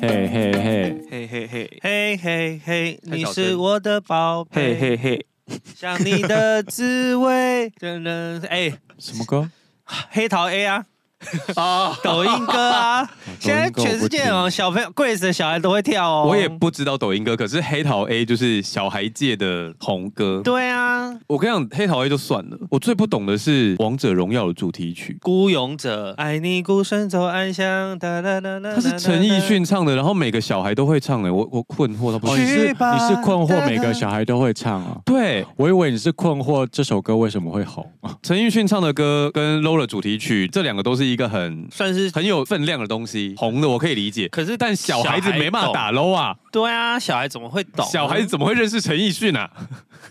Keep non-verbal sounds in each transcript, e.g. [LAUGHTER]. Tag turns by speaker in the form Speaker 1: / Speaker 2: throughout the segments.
Speaker 1: 嘿嘿嘿，
Speaker 2: 嘿嘿嘿，
Speaker 3: 嘿嘿嘿，
Speaker 2: 太
Speaker 3: 你
Speaker 2: 小
Speaker 3: 是
Speaker 2: 声
Speaker 3: 我的宝贝，
Speaker 2: 嘿嘿
Speaker 3: [LAUGHS]
Speaker 2: 嘿，
Speaker 3: 想你的滋
Speaker 2: [LAUGHS]
Speaker 3: 味，真的哎、
Speaker 1: 什么歌？
Speaker 3: 黑桃 A 啊，
Speaker 2: 啊！
Speaker 3: [LAUGHS] 抖音
Speaker 2: [LAUGHS]
Speaker 3: 歌啊，现在全世界哦，
Speaker 1: 哦，
Speaker 3: 小朋友、贵子的小孩都会跳哦。
Speaker 2: 我也不知道抖音歌，可是黑桃 A 就是小孩界的红歌。
Speaker 3: 对啊，
Speaker 2: 我跟你讲，黑桃 A 就算了，我最不懂的是《王者荣耀》的主题曲，
Speaker 3: 孤勇者，爱你孤身走暗巷，哒啦啦啦。
Speaker 2: 它是陈奕迅唱的，然后每个小孩都会唱哎，我我困惑到不
Speaker 1: 哦你
Speaker 2: 行。
Speaker 1: 是
Speaker 3: 去
Speaker 1: 你
Speaker 3: 吧
Speaker 1: 是困惑每个小孩都会唱啊？
Speaker 2: 对，
Speaker 1: 我以为你是困惑这首歌为什么会红，
Speaker 2: 陈奕迅唱的歌跟 Low 的主题曲，这两个都是一个很
Speaker 3: 算是，
Speaker 2: 很有分量的东西，红的我可以理解，
Speaker 3: 可是
Speaker 2: 但小孩子没办法
Speaker 3: 懂。
Speaker 2: 打 Low 啊，
Speaker 3: 对啊，小孩怎么会懂？
Speaker 2: 小孩子怎么会认识陈奕迅啊？ [LAUGHS]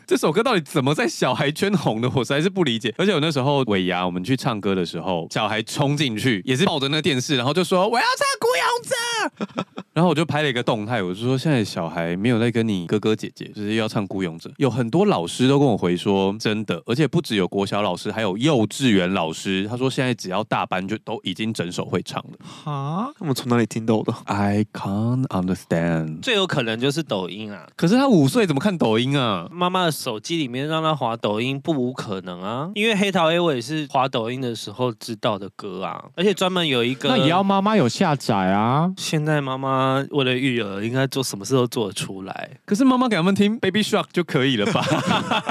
Speaker 2: 这首歌到底怎么在小孩圈红的？我实在是不理解。而且我那时候尾牙，我们去唱歌的时候，小孩冲进去也是抱着那电视，然后就说我要唱《孤勇者》， [LAUGHS] 然后我就拍了一个动态，我就说现在小孩没有在跟你哥哥姐姐，就是要唱《孤勇者》。有很多老师都跟我回说，真的，而且不只有国小老师，还有幼稚园老师，他说现在只要大班就都已经整首会唱了。
Speaker 3: 哈，
Speaker 4: 他们从哪里听到的？
Speaker 2: [LAUGHS] I can't understand。
Speaker 3: 最有可能就是抖音啊。
Speaker 2: 可是他五岁怎么看抖音啊？
Speaker 3: 妈妈的手机里面让她滑抖音不无可能啊，因为黑桃 A 我也是滑抖音的时候知道的歌啊，而且专门有一个。
Speaker 1: 那也要妈妈有下载啊。
Speaker 3: 现在妈妈为了育儿，应该做什么事都做得出来。
Speaker 2: 可是妈妈给他们听 Baby Shark 就可以了吧？ [LAUGHS]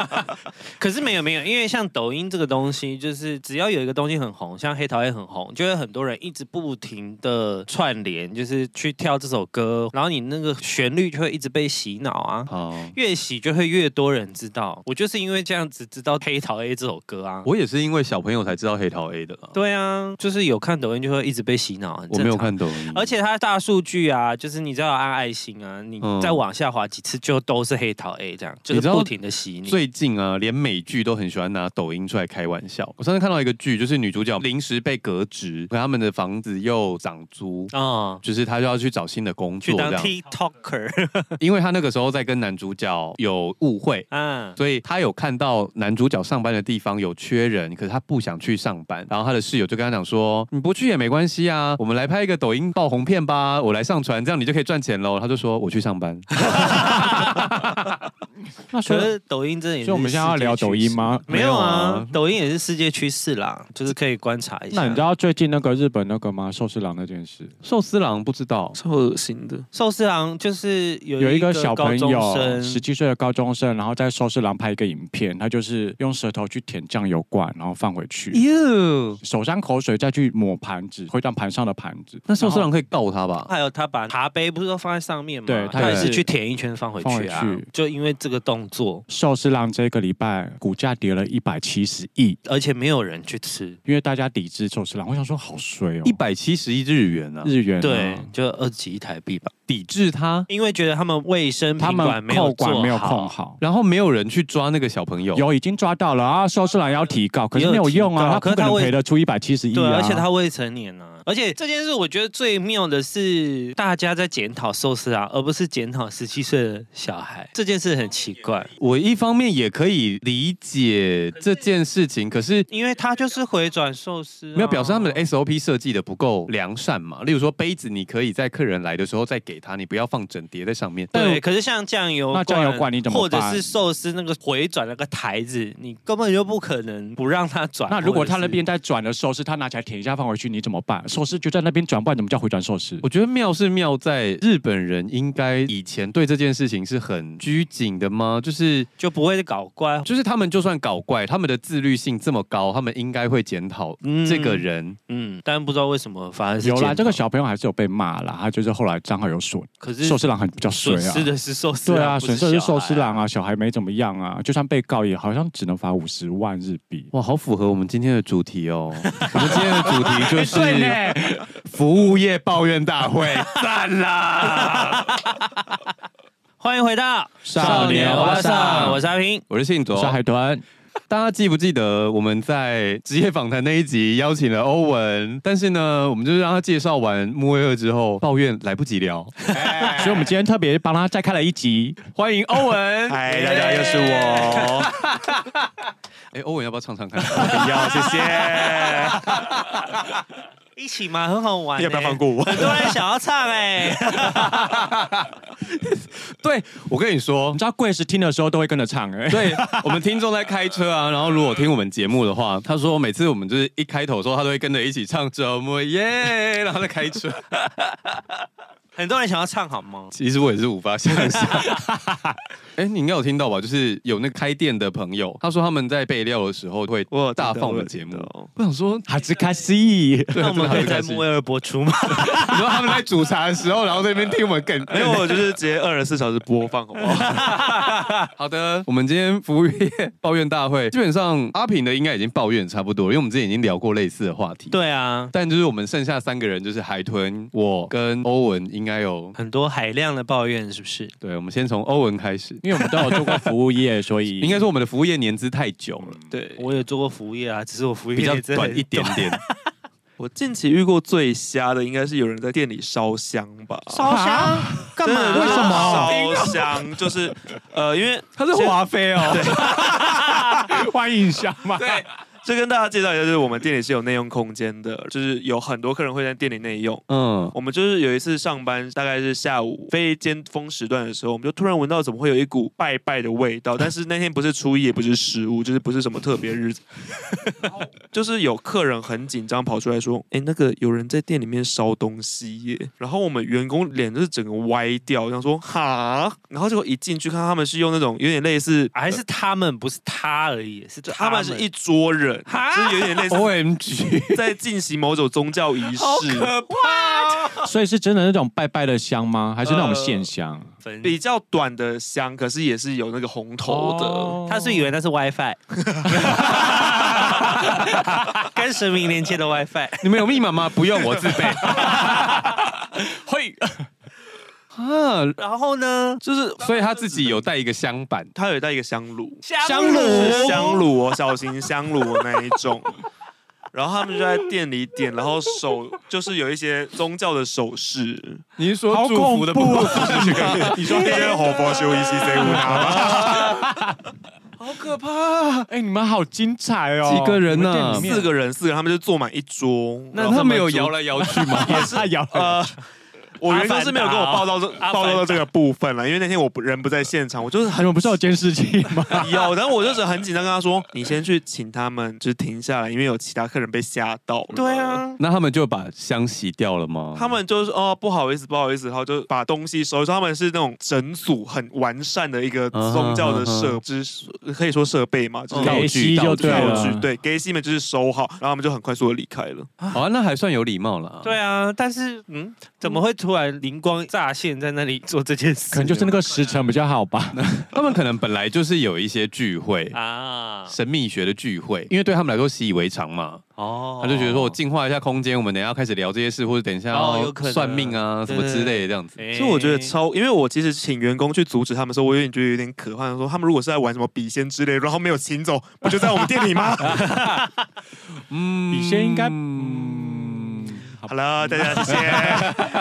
Speaker 3: 可是没有没有，因为像抖音这个东西，就是只要有一个东西很红，像黑桃也很红，就会很多人一直不停的串联，就是去跳这首歌，然后你那个旋律就会一直被洗脑啊。
Speaker 2: 哦，
Speaker 3: 越洗就会越多人知道，我就是因为这样子知道《黑桃 A》这首歌啊。
Speaker 2: 我也是因为小朋友才知道黑桃 A 的啦。
Speaker 3: 对啊，就是有看抖音就会一直被洗脑，很
Speaker 2: 我
Speaker 3: 正常
Speaker 2: 没有，看抖音，
Speaker 3: 而且它大数据啊，就是你只要有按爱心啊，你
Speaker 2: 嗯
Speaker 3: 再往下滑几次就都是黑桃 A 这样，就
Speaker 2: 你
Speaker 3: 是
Speaker 2: 知道
Speaker 3: 不停的洗你。
Speaker 2: 最近啊，连美剧都很喜欢拿抖音出来开玩笑。我上次看到一个剧，就是女主角临时被革职，可他们的房子又涨租。
Speaker 3: 啊、
Speaker 2: 就是她就要去找新的工
Speaker 3: 去
Speaker 2: 作，
Speaker 3: 当
Speaker 2: 这
Speaker 1: 啊
Speaker 2: 样，
Speaker 3: [LAUGHS] TikToker
Speaker 2: 因为她那个时候在跟男主角有误会，
Speaker 3: 啊，
Speaker 2: 所以他有看到男主角上班的地方有缺人，可是他不想去上班。然后他的室友就跟他讲说：“你不去也没关系啊，我们来拍一个抖音爆红片吧，我来上传，这样你就可以赚钱喽。”他就说：“我去上班。
Speaker 1: 那
Speaker 3: 可
Speaker 1: [LAUGHS] 所以，
Speaker 3: 是抖音真的也是，
Speaker 1: 所以我们现在要聊抖音？吗？
Speaker 3: 没有
Speaker 2: 没有
Speaker 3: 啊
Speaker 2: 啊，
Speaker 3: 抖音也是世界趋势啦，就是可以观察一下。
Speaker 1: 那你知道最近那个日本那个吗？寿司郎那件事，”
Speaker 2: 寿司郎不知道
Speaker 4: 超恶心的，
Speaker 3: 寿司郎就是有
Speaker 1: 有一个
Speaker 3: 个
Speaker 1: 小
Speaker 3: 高
Speaker 1: 朋
Speaker 3: 中
Speaker 1: 友，
Speaker 3: 生
Speaker 1: 十七岁的高中生，然后在寿司郎拍一个影片，他就是用舌头去舔酱油罐，然后放回去，
Speaker 2: 哟，
Speaker 1: 手沾口水再去抹盘子，挥到盘上的盘子。
Speaker 2: 那寿司
Speaker 1: 然
Speaker 2: 郎可以告他吧？
Speaker 3: 还有他把茶杯不是都放在上面吗？
Speaker 1: 对他
Speaker 3: 他也
Speaker 1: 也
Speaker 3: 是
Speaker 1: 是
Speaker 3: 去舔一圈放回
Speaker 1: 放
Speaker 3: 去
Speaker 1: 回
Speaker 3: 啊。
Speaker 1: 去
Speaker 3: 就因为这个动作，
Speaker 1: 后寿司郎这个礼拜股价跌了一百七十亿，
Speaker 3: 而且没有人去吃，
Speaker 1: 因为大家抵制寿司郎。我想说，好衰哦，
Speaker 2: 一百七十一日元啊，
Speaker 1: 日元、啊、
Speaker 3: 对，就二十几亿台币吧，
Speaker 2: 抵制他，
Speaker 3: 因为觉得他们卫生
Speaker 1: 他
Speaker 3: 品管
Speaker 1: 们
Speaker 3: 没
Speaker 1: 扣
Speaker 3: 有
Speaker 1: 管
Speaker 3: 做
Speaker 1: 没有控
Speaker 3: 好。
Speaker 1: 好。
Speaker 2: 然后没有人去抓那个小朋友。
Speaker 1: 有已经抓到了啊，寿司郎要提告，可是
Speaker 3: 也有
Speaker 1: 没有用
Speaker 3: 提
Speaker 1: 啊，
Speaker 3: 告
Speaker 1: 他
Speaker 3: 可是
Speaker 1: 不可
Speaker 3: 他
Speaker 1: 能
Speaker 3: 会
Speaker 1: 赔得出一百七十亿
Speaker 3: 对，
Speaker 1: 啊。
Speaker 3: 而且他未成年啊，而且这件事我觉得最妙的是，大家在检讨寿司郎，而不是检讨十七岁的小孩，这件事很奇怪，
Speaker 2: 我一方面也可以理解这件事情，可是
Speaker 3: 因为他就是回转寿司啊、
Speaker 2: 没有表示他们
Speaker 1: 哦
Speaker 2: 的 SOP 设计的不够良善嘛？例如说杯子，你可以在客人来的时候再给他，你不要放整碟在上面。
Speaker 3: 对，可是像酱油
Speaker 1: 那酱油罐你怎么
Speaker 3: 或者
Speaker 1: 办
Speaker 3: 是寿司那个回转那个台子，你根本就不可能不让它转。
Speaker 1: 那如果
Speaker 3: 或者
Speaker 1: 他
Speaker 3: 是
Speaker 1: 那边在转的寿司，他拿起来舔一下放回去，你怎么办？寿司就在那边转，不然怎么叫回转寿司？
Speaker 2: 我觉得妙是妙在日本人应该以前对这件事情是很拘谨的吗？就是
Speaker 3: 就不会搞怪，
Speaker 2: 就是他们就算搞怪，他们的自律性这么高，他们应该会检讨
Speaker 3: 嗯
Speaker 2: 这个人。
Speaker 3: 嗯，但不知道为什么，反而是
Speaker 1: 有啦，
Speaker 3: 见
Speaker 1: 这个
Speaker 3: 到
Speaker 1: 小朋友还是有被骂啦，他就是后来账号有损，
Speaker 3: 可是
Speaker 1: 寿司郎很比较衰
Speaker 3: 损
Speaker 1: 啊
Speaker 3: 失。的是寿司
Speaker 1: 对
Speaker 3: 郎，
Speaker 1: 啊，
Speaker 3: 不
Speaker 1: 损失的是
Speaker 3: 小
Speaker 1: 寿
Speaker 3: 孩
Speaker 1: 司郎。啊，小孩没怎么样啊，就算被告也好像只能罚五十万日币。
Speaker 2: 哇，好符合我们今天的主题
Speaker 1: [LAUGHS]
Speaker 2: 哦！我们今天的主题就
Speaker 1: 哎对
Speaker 2: 是服务业抱怨大
Speaker 1: [LAUGHS]
Speaker 2: 会，赞啦！
Speaker 3: 欢迎回到
Speaker 1: 少年
Speaker 3: 欧巴
Speaker 1: 欧巴
Speaker 3: 桑，
Speaker 1: 桑
Speaker 3: 我是阿平。
Speaker 2: 我是信卓，
Speaker 1: 我是海豚，
Speaker 2: 大家记不记得我们在职业访谈那一集邀请了欧文？但是呢，我们就是让他介绍完莫威尔之后，抱怨来不及聊。
Speaker 1: 所以我们今天特别帮他再开了一集。
Speaker 2: [LAUGHS] 欢迎欧文！
Speaker 4: 嗨，大家又
Speaker 3: [LAUGHS]
Speaker 4: 是我，
Speaker 2: 哎，欧文要不要唱唱看？
Speaker 4: 不要，谢谢。
Speaker 3: 一起嘛，很好玩、欸。
Speaker 1: 要不要放过我？
Speaker 3: 很多人想要唱哎、
Speaker 2: [LAUGHS] 对，我跟你说 [LAUGHS]
Speaker 1: 你，知道贵时听的时候都会跟着唱哎、
Speaker 2: 对我们听众在开车啊，然后如果听我们节目的话，他说每次我们就是一开头的时候，他都会跟着一起唱怎么耶，然后在开车。
Speaker 3: 很多人想要唱好吗？
Speaker 2: 其实我也是无法想 [LAUGHS] 象。哎、你应该有听到吧？就是有那个开店的朋友，他说他们在备料的时候会
Speaker 4: 我有听到
Speaker 2: 大放我们节目
Speaker 4: 我有听到。
Speaker 2: 我想说，
Speaker 1: 哈兹卡西，
Speaker 2: 对啊，
Speaker 3: 那我们可以
Speaker 2: 真的
Speaker 3: 在
Speaker 2: 很开心
Speaker 3: 木卫二播出吗？
Speaker 2: 你说他们在煮茶的时候，然后在那边听我们梗。哎
Speaker 4: 没有，我就是直接二十四小时播放，好不好？
Speaker 2: 好的，我们今天服务业抱怨大会，基本上阿平的应该已经抱怨差不多了，因为我们之前已经聊过类似的话题。，
Speaker 3: [LAUGHS] 对啊，
Speaker 2: 但就是我们剩下三个人，就是海豚、我跟欧文，应该有。
Speaker 3: 很多海量的抱怨是不是？
Speaker 2: 对，我们先从欧文开始，
Speaker 1: 因为我们都有做过服务业，所以
Speaker 2: 应该说我们的服务业年资太久了，
Speaker 4: 对，
Speaker 3: 我有做过服务业啊，只是我服务业
Speaker 2: 比较
Speaker 3: 真的
Speaker 2: 短一点
Speaker 3: 短。
Speaker 2: 点。
Speaker 4: 我近期遇过最瞎的，应该是有人在店里烧香吧？
Speaker 3: 烧香干嘛
Speaker 4: 真的
Speaker 3: 啊？
Speaker 4: 就
Speaker 1: 为
Speaker 4: 是
Speaker 1: 什么
Speaker 4: 烧香就是呃，因为
Speaker 1: 他是华妃哦，啊
Speaker 4: 对，
Speaker 1: [LAUGHS] 欢迎一下嘛。
Speaker 4: 对，就跟大家介绍一下，就是我们店里是有内用空间的，就是有很多客人会在店里内用。
Speaker 2: 嗯，
Speaker 4: 我们就是有一次上班，大概是下午非尖峰时段的时候，我们就突然闻到怎么会有一股拜拜的味道，但是那天不是初一，也不是十五，就是不是什么特别 [LAUGHS] 日子，就是有客人很紧张跑出来说：“哎、那个有人在店里面烧东西耶。”然后我们员工脸就是整个歪掉，想说哈，然后结果一进去看他们是用那种有点类似，
Speaker 3: 还是他们不是他而已，是
Speaker 4: 就呃他们是一桌人，
Speaker 3: 哈
Speaker 4: 就是有点 [LAUGHS] 类似
Speaker 2: O M G，
Speaker 4: 在进行某种宗教仪式。
Speaker 1: 所以是真的那种拜拜的香吗？还是那种线香？
Speaker 3: 分。
Speaker 4: 比较短的香，可是也是有那个红头的。
Speaker 1: 哦
Speaker 3: 他是以为那是 WiFi，跟神明连接的 WiFi。
Speaker 2: [LAUGHS] 你们有密码吗？不用，我自备。 [LAUGHS] 会 [LAUGHS] 啊，
Speaker 3: 然后呢，
Speaker 4: 就是
Speaker 2: 所以他自己有带一个香板。
Speaker 4: 它有带一个香炉，
Speaker 3: 香
Speaker 4: 是
Speaker 3: 炉
Speaker 4: 香炉哦，小型香炉哦那一种。然后他们就在店里点，然后手就是有一些宗教的手势，
Speaker 2: 你是说
Speaker 1: 啊
Speaker 2: 祝福的部
Speaker 1: [LAUGHS]
Speaker 2: 分？你说
Speaker 4: 黑人活佛修一西 C 乌他，
Speaker 2: 好可怕，
Speaker 1: 哎、你们好精彩
Speaker 2: [LAUGHS]
Speaker 1: 哦！
Speaker 2: 几个人呢
Speaker 1: 你们店里面
Speaker 4: 四个人，四个人，他们就坐满一桌。然
Speaker 2: 那
Speaker 4: 后
Speaker 2: 他们有
Speaker 4: 就
Speaker 2: 摇来摇去吗？
Speaker 1: 也是摇
Speaker 4: 呃，我员工是没有跟我
Speaker 3: 阿
Speaker 4: 报
Speaker 3: 凡
Speaker 4: 道这
Speaker 3: 阿凡达
Speaker 4: 报道到这个部分了，因为那天我不人不在现场，我就是
Speaker 1: 你
Speaker 4: 很
Speaker 1: 们不是有监视器 [LAUGHS] 吗？
Speaker 4: 有，然后我就是很紧张，跟他说：“你先去请他们，就是停下来，因为有其他客人被吓到。”
Speaker 3: 对，啊，
Speaker 2: [LAUGHS] 那他们就把香洗掉了吗？
Speaker 4: 他们就是哦，不好意思，不好意思，然后就把东西收一收。他们是那种整组很完善的一个宗教的设置，可以说设备嘛，就是
Speaker 2: 道
Speaker 1: 给
Speaker 2: 具
Speaker 1: 息就对啊
Speaker 4: 道
Speaker 1: 了
Speaker 4: 具。，对，给西们就是收好，然后他们就很快速的离开了。
Speaker 2: 好啊，那还算有礼貌了。
Speaker 3: 对啊，但是嗯，怎么会突然灵光乍现在那里做这件事？
Speaker 1: 可能就是那个时辰比较好吧。
Speaker 2: 他们可能本来就是有一些聚会。
Speaker 3: 啊，
Speaker 2: 神秘学的聚会，因为对他们来说习以为常嘛，
Speaker 3: 哦
Speaker 2: 他就觉得说我净化一下空间，我们等一下开始聊这些事，或者等一下
Speaker 3: 哦
Speaker 2: 要
Speaker 3: 有可能
Speaker 2: 算命啊什么之类的这样子。
Speaker 3: 哎
Speaker 4: 所以我觉得超，因为我其实请员工去阻止他们的时候，我有点觉得有点可怕，说他们如果是在玩什么笔仙之类，然后没有请走，不就在我们店里吗？
Speaker 2: 嗯
Speaker 1: 笔仙应该，嗯，好
Speaker 4: 好了，大家谢谢。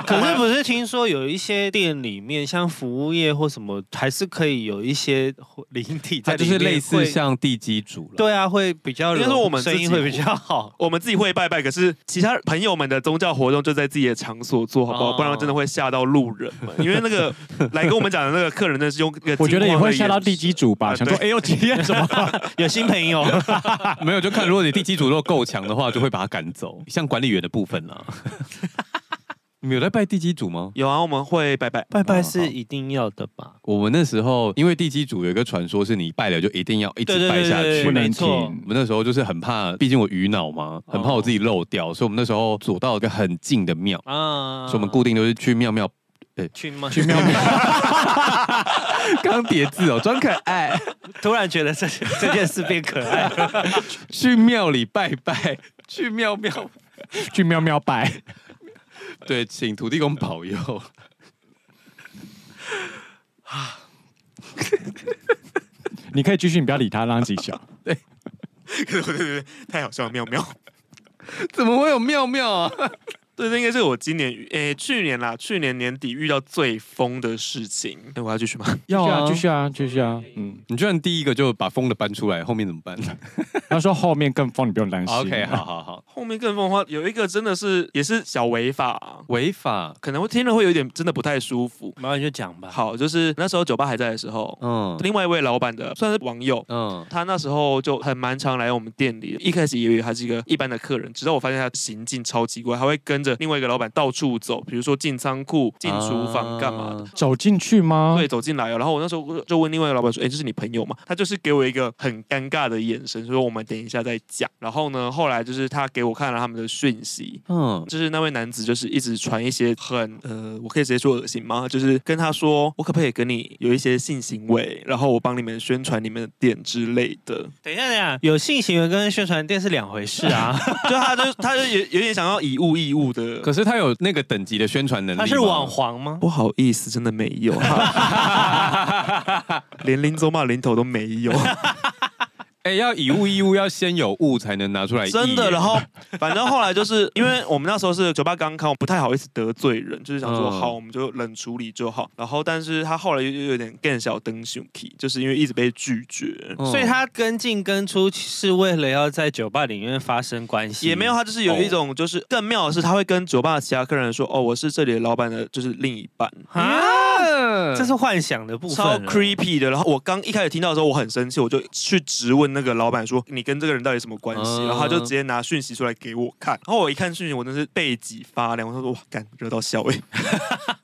Speaker 3: 可是不是听说有一些店里面，像服务业或什么，还是可以有一些灵体在
Speaker 2: 它
Speaker 3: 里
Speaker 2: 就
Speaker 3: 面
Speaker 2: 是
Speaker 3: 会，
Speaker 2: 类似像地基主了。
Speaker 3: 对啊，会比较柔，
Speaker 4: 应该说我们自己
Speaker 3: 声音会比较好。
Speaker 4: 我们自己会拜拜，可是其他朋友们的宗教活动就在自己的场所做，好不好？
Speaker 3: 哦
Speaker 4: 不然真的会吓到路人们。因为那 [LAUGHS] 个来跟我们讲的那个客人，那是用那个
Speaker 1: 我觉得也会吓到地
Speaker 4: 地
Speaker 1: 基主吧，
Speaker 4: 啊
Speaker 1: 想说哎呦，体验什么？
Speaker 3: [LAUGHS] 有新朋友，
Speaker 2: 啊没有，就看如果你地基主如果够强的 [LAUGHS] 话，就会把他赶走。像管理员的部分啦， [LAUGHS] 你们有在拜地基主吗？
Speaker 4: 有啊，我们会拜拜。
Speaker 3: [LAUGHS] 拜拜是一定要的吧？
Speaker 2: 我们那时候因为地基主有一个传说是你拜了就一定要一直
Speaker 3: 对对
Speaker 2: 拜
Speaker 3: 对
Speaker 2: 下
Speaker 3: 对
Speaker 2: 去
Speaker 1: 不。能
Speaker 3: 没错
Speaker 1: 停
Speaker 2: 我们那时候就是很怕，毕竟我鱼脑嘛，很怕我自己漏掉，所以我们那时候走到一个很近的庙，
Speaker 3: 啊
Speaker 2: 所以我们固定都是去庙庙。
Speaker 3: 去吗？
Speaker 1: 去庙里
Speaker 2: [LAUGHS] 刚叠字哦，装可爱，
Speaker 3: [LAUGHS]
Speaker 2: [LAUGHS]
Speaker 3: 突然觉得这这件事变可 [LAUGHS] 爱了，
Speaker 2: 去庙里拜拜，去庙庙，
Speaker 1: 哎去喵喵拜，
Speaker 2: 对，请土地公保佑。
Speaker 1: 你可以继续，你不要理他，让他自己想。
Speaker 4: [LAUGHS] 对对对，太好笑了，妙妙。
Speaker 2: 怎么会有庙庙啊？
Speaker 4: [LAUGHS] 对，这应该是我今年遇诶、去年啦，去年年底遇到最疯的事情。哎、我要继续吗？
Speaker 1: 要
Speaker 2: 啊
Speaker 1: 继续啊，继续啊，嗯，
Speaker 2: [LAUGHS] 你居然第一个就把疯的搬出来，后面怎么办
Speaker 3: [LAUGHS]
Speaker 2: 哦
Speaker 1: 他说后面更疯，你不用担心。
Speaker 2: ？OK，好好好，
Speaker 4: 后面更疯的话，有一个真的是也是小违法、
Speaker 2: 违法，
Speaker 4: 可能会听了会有点真的不太舒服。
Speaker 3: 麻烦就讲吧。
Speaker 4: 好，就是那时候酒吧还在的时候，
Speaker 2: 嗯
Speaker 4: 另外一位老板的算是网友，
Speaker 2: 嗯，
Speaker 4: 他那时候就很蛮常来我们店里，一开始以为他是一个一般的客人，直到我发现他行径超奇怪，他会跟着另外一个老板到处走，比如说进仓库、进厨房干嘛的。
Speaker 2: 啊
Speaker 1: 走进去吗？
Speaker 4: 对，，走进来哦，然后我那时候就问另外一个老板说：“哎，这是你朋友吗？”他就是给我一个很尴尬的眼神，说我们等一下再讲。然后呢，后来就是他给我看了他们的讯息，
Speaker 2: 嗯，
Speaker 4: 就是那位男子就是一直传一些很呃，我可以直接说恶心吗？就是跟他说我可不可以跟你有一些性行为，然后我帮你们宣传你们的店之类的。
Speaker 3: 等一下，等一下，有性行为跟宣传店是两回事啊。
Speaker 4: [LAUGHS] 就他就他就有有点想要以物易物的。
Speaker 2: 可是他有那个等级的宣传能力吗，
Speaker 3: 他是网黄吗？
Speaker 4: 不好意思，真的没 [LAUGHS] 有，连林走马零头都没有，
Speaker 2: 哎、要以物易物，要先有物才能拿出来易耶。
Speaker 4: [LAUGHS] 真的。然 [LAUGHS] 后，反正后来就是因为我们那时候是酒吧刚开，我不太好意思得罪人，就是想说
Speaker 2: 嗯
Speaker 4: 好，我们就冷处理就好。然后，但是他后来又又有点更小灯熊 key，就是因为一直被拒绝。
Speaker 2: 嗯
Speaker 3: 所以他跟进跟出是为了要在酒吧里面发生关系，
Speaker 4: 也没有，他就是有一种，就是更妙的是，他会跟酒吧的其他客人说：“哦，我是这里的老板的，就是另一半。”
Speaker 3: 啊，这是幻想的部分
Speaker 4: 超
Speaker 2: 啊
Speaker 3: 了。
Speaker 4: creepy 的。然后我刚一开始听到的时候，我很生气，我就去质问那个老板说：“你跟这个人到底什么关系？”
Speaker 2: 嗯
Speaker 4: 然后他就直接拿讯息出来给我看。然后我一看讯息，我真是背脊发凉。我说：“哇，干，惹到笑哎、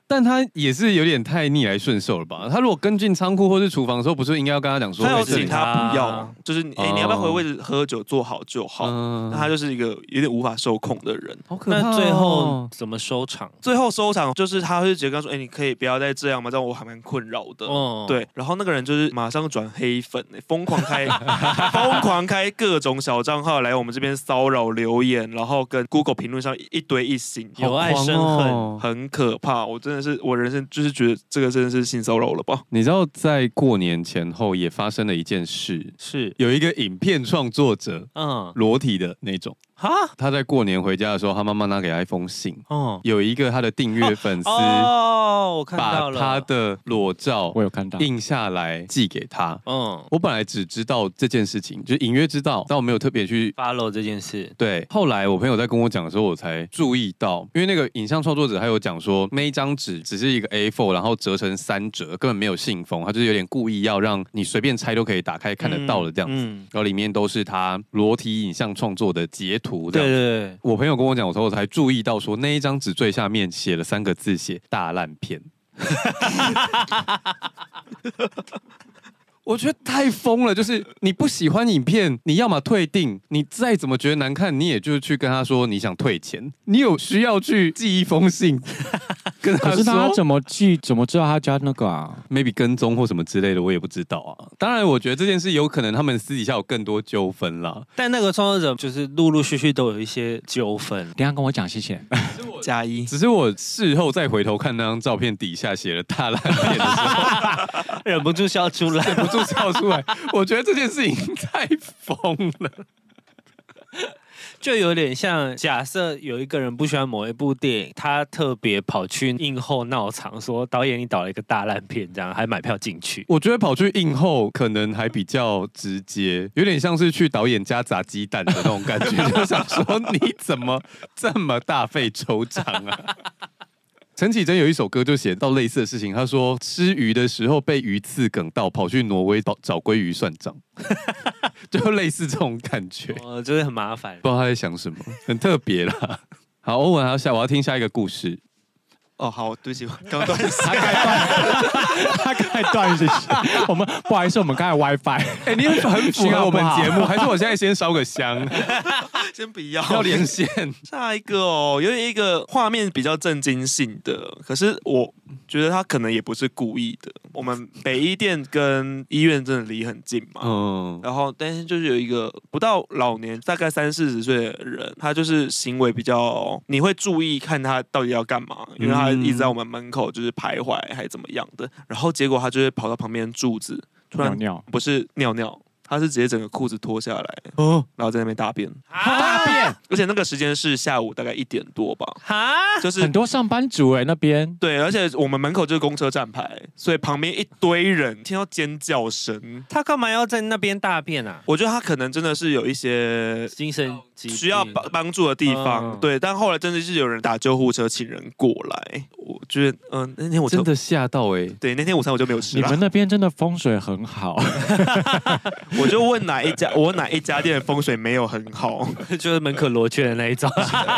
Speaker 2: 但他也是有点太逆来顺受了吧？他如果跟进仓库或是厨房的时候，不是应该要跟他讲说，
Speaker 4: 他有
Speaker 2: 哎这里
Speaker 4: 请他不要吗，就是你哎、
Speaker 2: 哦
Speaker 4: 你要不要回位置喝酒，坐好就好。
Speaker 2: 嗯
Speaker 4: 那他就是一个有点无法受控的人。
Speaker 2: 好可怕、哦
Speaker 3: 那最后，怎么收场？
Speaker 4: 最后收场就是他会直接跟他说：“哎、你可以不要再这样吗？这样我还蛮困扰的。”
Speaker 3: 哦，
Speaker 4: 对，然后那个人就是马上转黑粉、欸，疯狂开 [LAUGHS] 疯狂开各种小账号来我们这边骚扰留言，然后跟 Google 评论上一堆一行，
Speaker 3: 有爱生恨。
Speaker 2: 哦。
Speaker 4: 很可怕。我真的是我人生就是觉得这个真的是性骚扰了吧？
Speaker 2: 你知道，在过年前后也发生了一件事，
Speaker 3: 是，
Speaker 2: 有一个影片创作者
Speaker 3: 嗯，
Speaker 2: 裸体的那种，
Speaker 3: 哈，
Speaker 2: 他在过年回家的时候，他妈妈拿给他一封信，
Speaker 3: 哦，
Speaker 2: 有一个他的订阅粉丝
Speaker 3: 哦，我看到
Speaker 2: 把
Speaker 3: 了，
Speaker 2: 他，的裸照
Speaker 1: 我有看到。
Speaker 2: 印下来寄给他。
Speaker 3: 嗯
Speaker 2: 我本来只知道这件事情，就是隐约知道，但我没有特别去。
Speaker 3: ，follow 这件事，
Speaker 2: 对，后来我朋友在跟我讲的时候，我才注意到，因为那个影像创作者还有讲说，那一张纸只是一个 A4，然后折成三折，根本没有信封，他就是有点故意要让你随便拆都可以打开看得到的这样子。
Speaker 3: 嗯，
Speaker 2: 然后里面都是他裸体影像创作的截图。这
Speaker 3: 对
Speaker 2: 样子。
Speaker 3: 对对，
Speaker 2: 我朋友跟我讲的时候，我才注意到说那一张纸最下面写了三个字，写大烂片。 [LAUGHS] 我觉得太疯了，就是你不喜欢影片，你要么退订，你再怎么觉得难看，你也就是去跟他说你想退钱，你有需要去寄一封
Speaker 1: [LAUGHS]
Speaker 2: 信跟他说。
Speaker 1: 可是他怎么记？怎么知道他家那个啊？
Speaker 2: maybe 跟踪或什么之类的，我也不知道啊。当然，我觉得这件事有可能他们私底下有更多纠纷啦。
Speaker 3: 但那个创作者就是陆陆续续都有一些纠纷， [LAUGHS]
Speaker 1: 等一下跟我讲，谢谢。
Speaker 4: 加一，
Speaker 2: 只是我事后再回头看那张照片底下写了大烂片的时 [LAUGHS] 候，
Speaker 3: 忍不住笑出来。
Speaker 2: 不住笑出来。我觉得这件事情太疯了。
Speaker 3: 就有点像，假设有一个人不喜欢某一部电影，他特别跑去映后闹场，说导演你导了一个大烂片，这样还买票进去。
Speaker 2: 我觉得跑去映后可能还比较直接，有点像是去导演家砸鸡蛋的那种感觉，就想 [LAUGHS] 说你怎么这么大费周章啊？ [LAUGHS] 陈绮贞有一首歌就写到类似的事情，她说吃鱼的时候被鱼刺梗到，跑去挪威找找鲑鱼算账， [LAUGHS] 就类似这种感觉。
Speaker 3: 呃，就是很麻烦
Speaker 2: 不。知道他在想 [LAUGHS] 什么，很特别啦。好，欧文还要下，我要听下一个故事。
Speaker 4: 哦，好，对不起，我刚断线。 [LAUGHS]
Speaker 1: 他刚才断谢谢。我们不好意思，我们刚才 WiFi。
Speaker 2: [LAUGHS] 哎、你很很符
Speaker 1: 信
Speaker 2: 合
Speaker 1: 号
Speaker 2: 我
Speaker 1: 不
Speaker 2: 们
Speaker 1: 好
Speaker 2: 节目，还是我现在先烧个 [LAUGHS] 香，
Speaker 4: 先不要，
Speaker 2: 要连 [LAUGHS] 线？
Speaker 4: 下一个哦，有一个画面比较震惊性的，可是我觉得他可能也不是故意的。我们北医店跟医院真的离很近嘛，
Speaker 2: 嗯，
Speaker 4: 然后但是就是有一个不到老年，大概三四十岁的人，他就是行为比较，你会注意看他到底要干嘛，因为他
Speaker 2: 嗯
Speaker 4: 一直在我们门口就是徘徊还怎么样的，然后结果他就是跑到旁边柱子，突
Speaker 1: 尿
Speaker 4: 然
Speaker 1: 尿，
Speaker 4: 不是尿尿，他是直接整个裤子脱下来，
Speaker 2: 哦，
Speaker 4: 然后在那边大便，
Speaker 3: [LAUGHS] 大便
Speaker 4: 而且那个时间是下午大概一点多吧，
Speaker 3: [LAUGHS] 哈，
Speaker 4: 就是
Speaker 1: 很多上班族哎、那边
Speaker 4: 对，而且我们门口就是公车站牌，所以旁边一堆人听到尖叫声，
Speaker 3: 他干嘛要在那边大便啊？
Speaker 4: 我觉得他可能真的是有一些
Speaker 3: 精神疾病
Speaker 4: 需要帮帮助的地方，
Speaker 3: 嗯
Speaker 4: 对。但后来真的是有人打救护车，请人过来。我觉得，嗯、那天我
Speaker 2: 真
Speaker 4: 就
Speaker 2: 的吓到哎、
Speaker 4: 对那天午餐我就没有吃
Speaker 1: 你
Speaker 4: 了
Speaker 1: 们。那边真的风水很好，
Speaker 4: 我就问哪一家， [LAUGHS] 我问哪一家店的风水没有很好？
Speaker 3: [LAUGHS] 就是门可罗雀的那一 [LAUGHS] 种。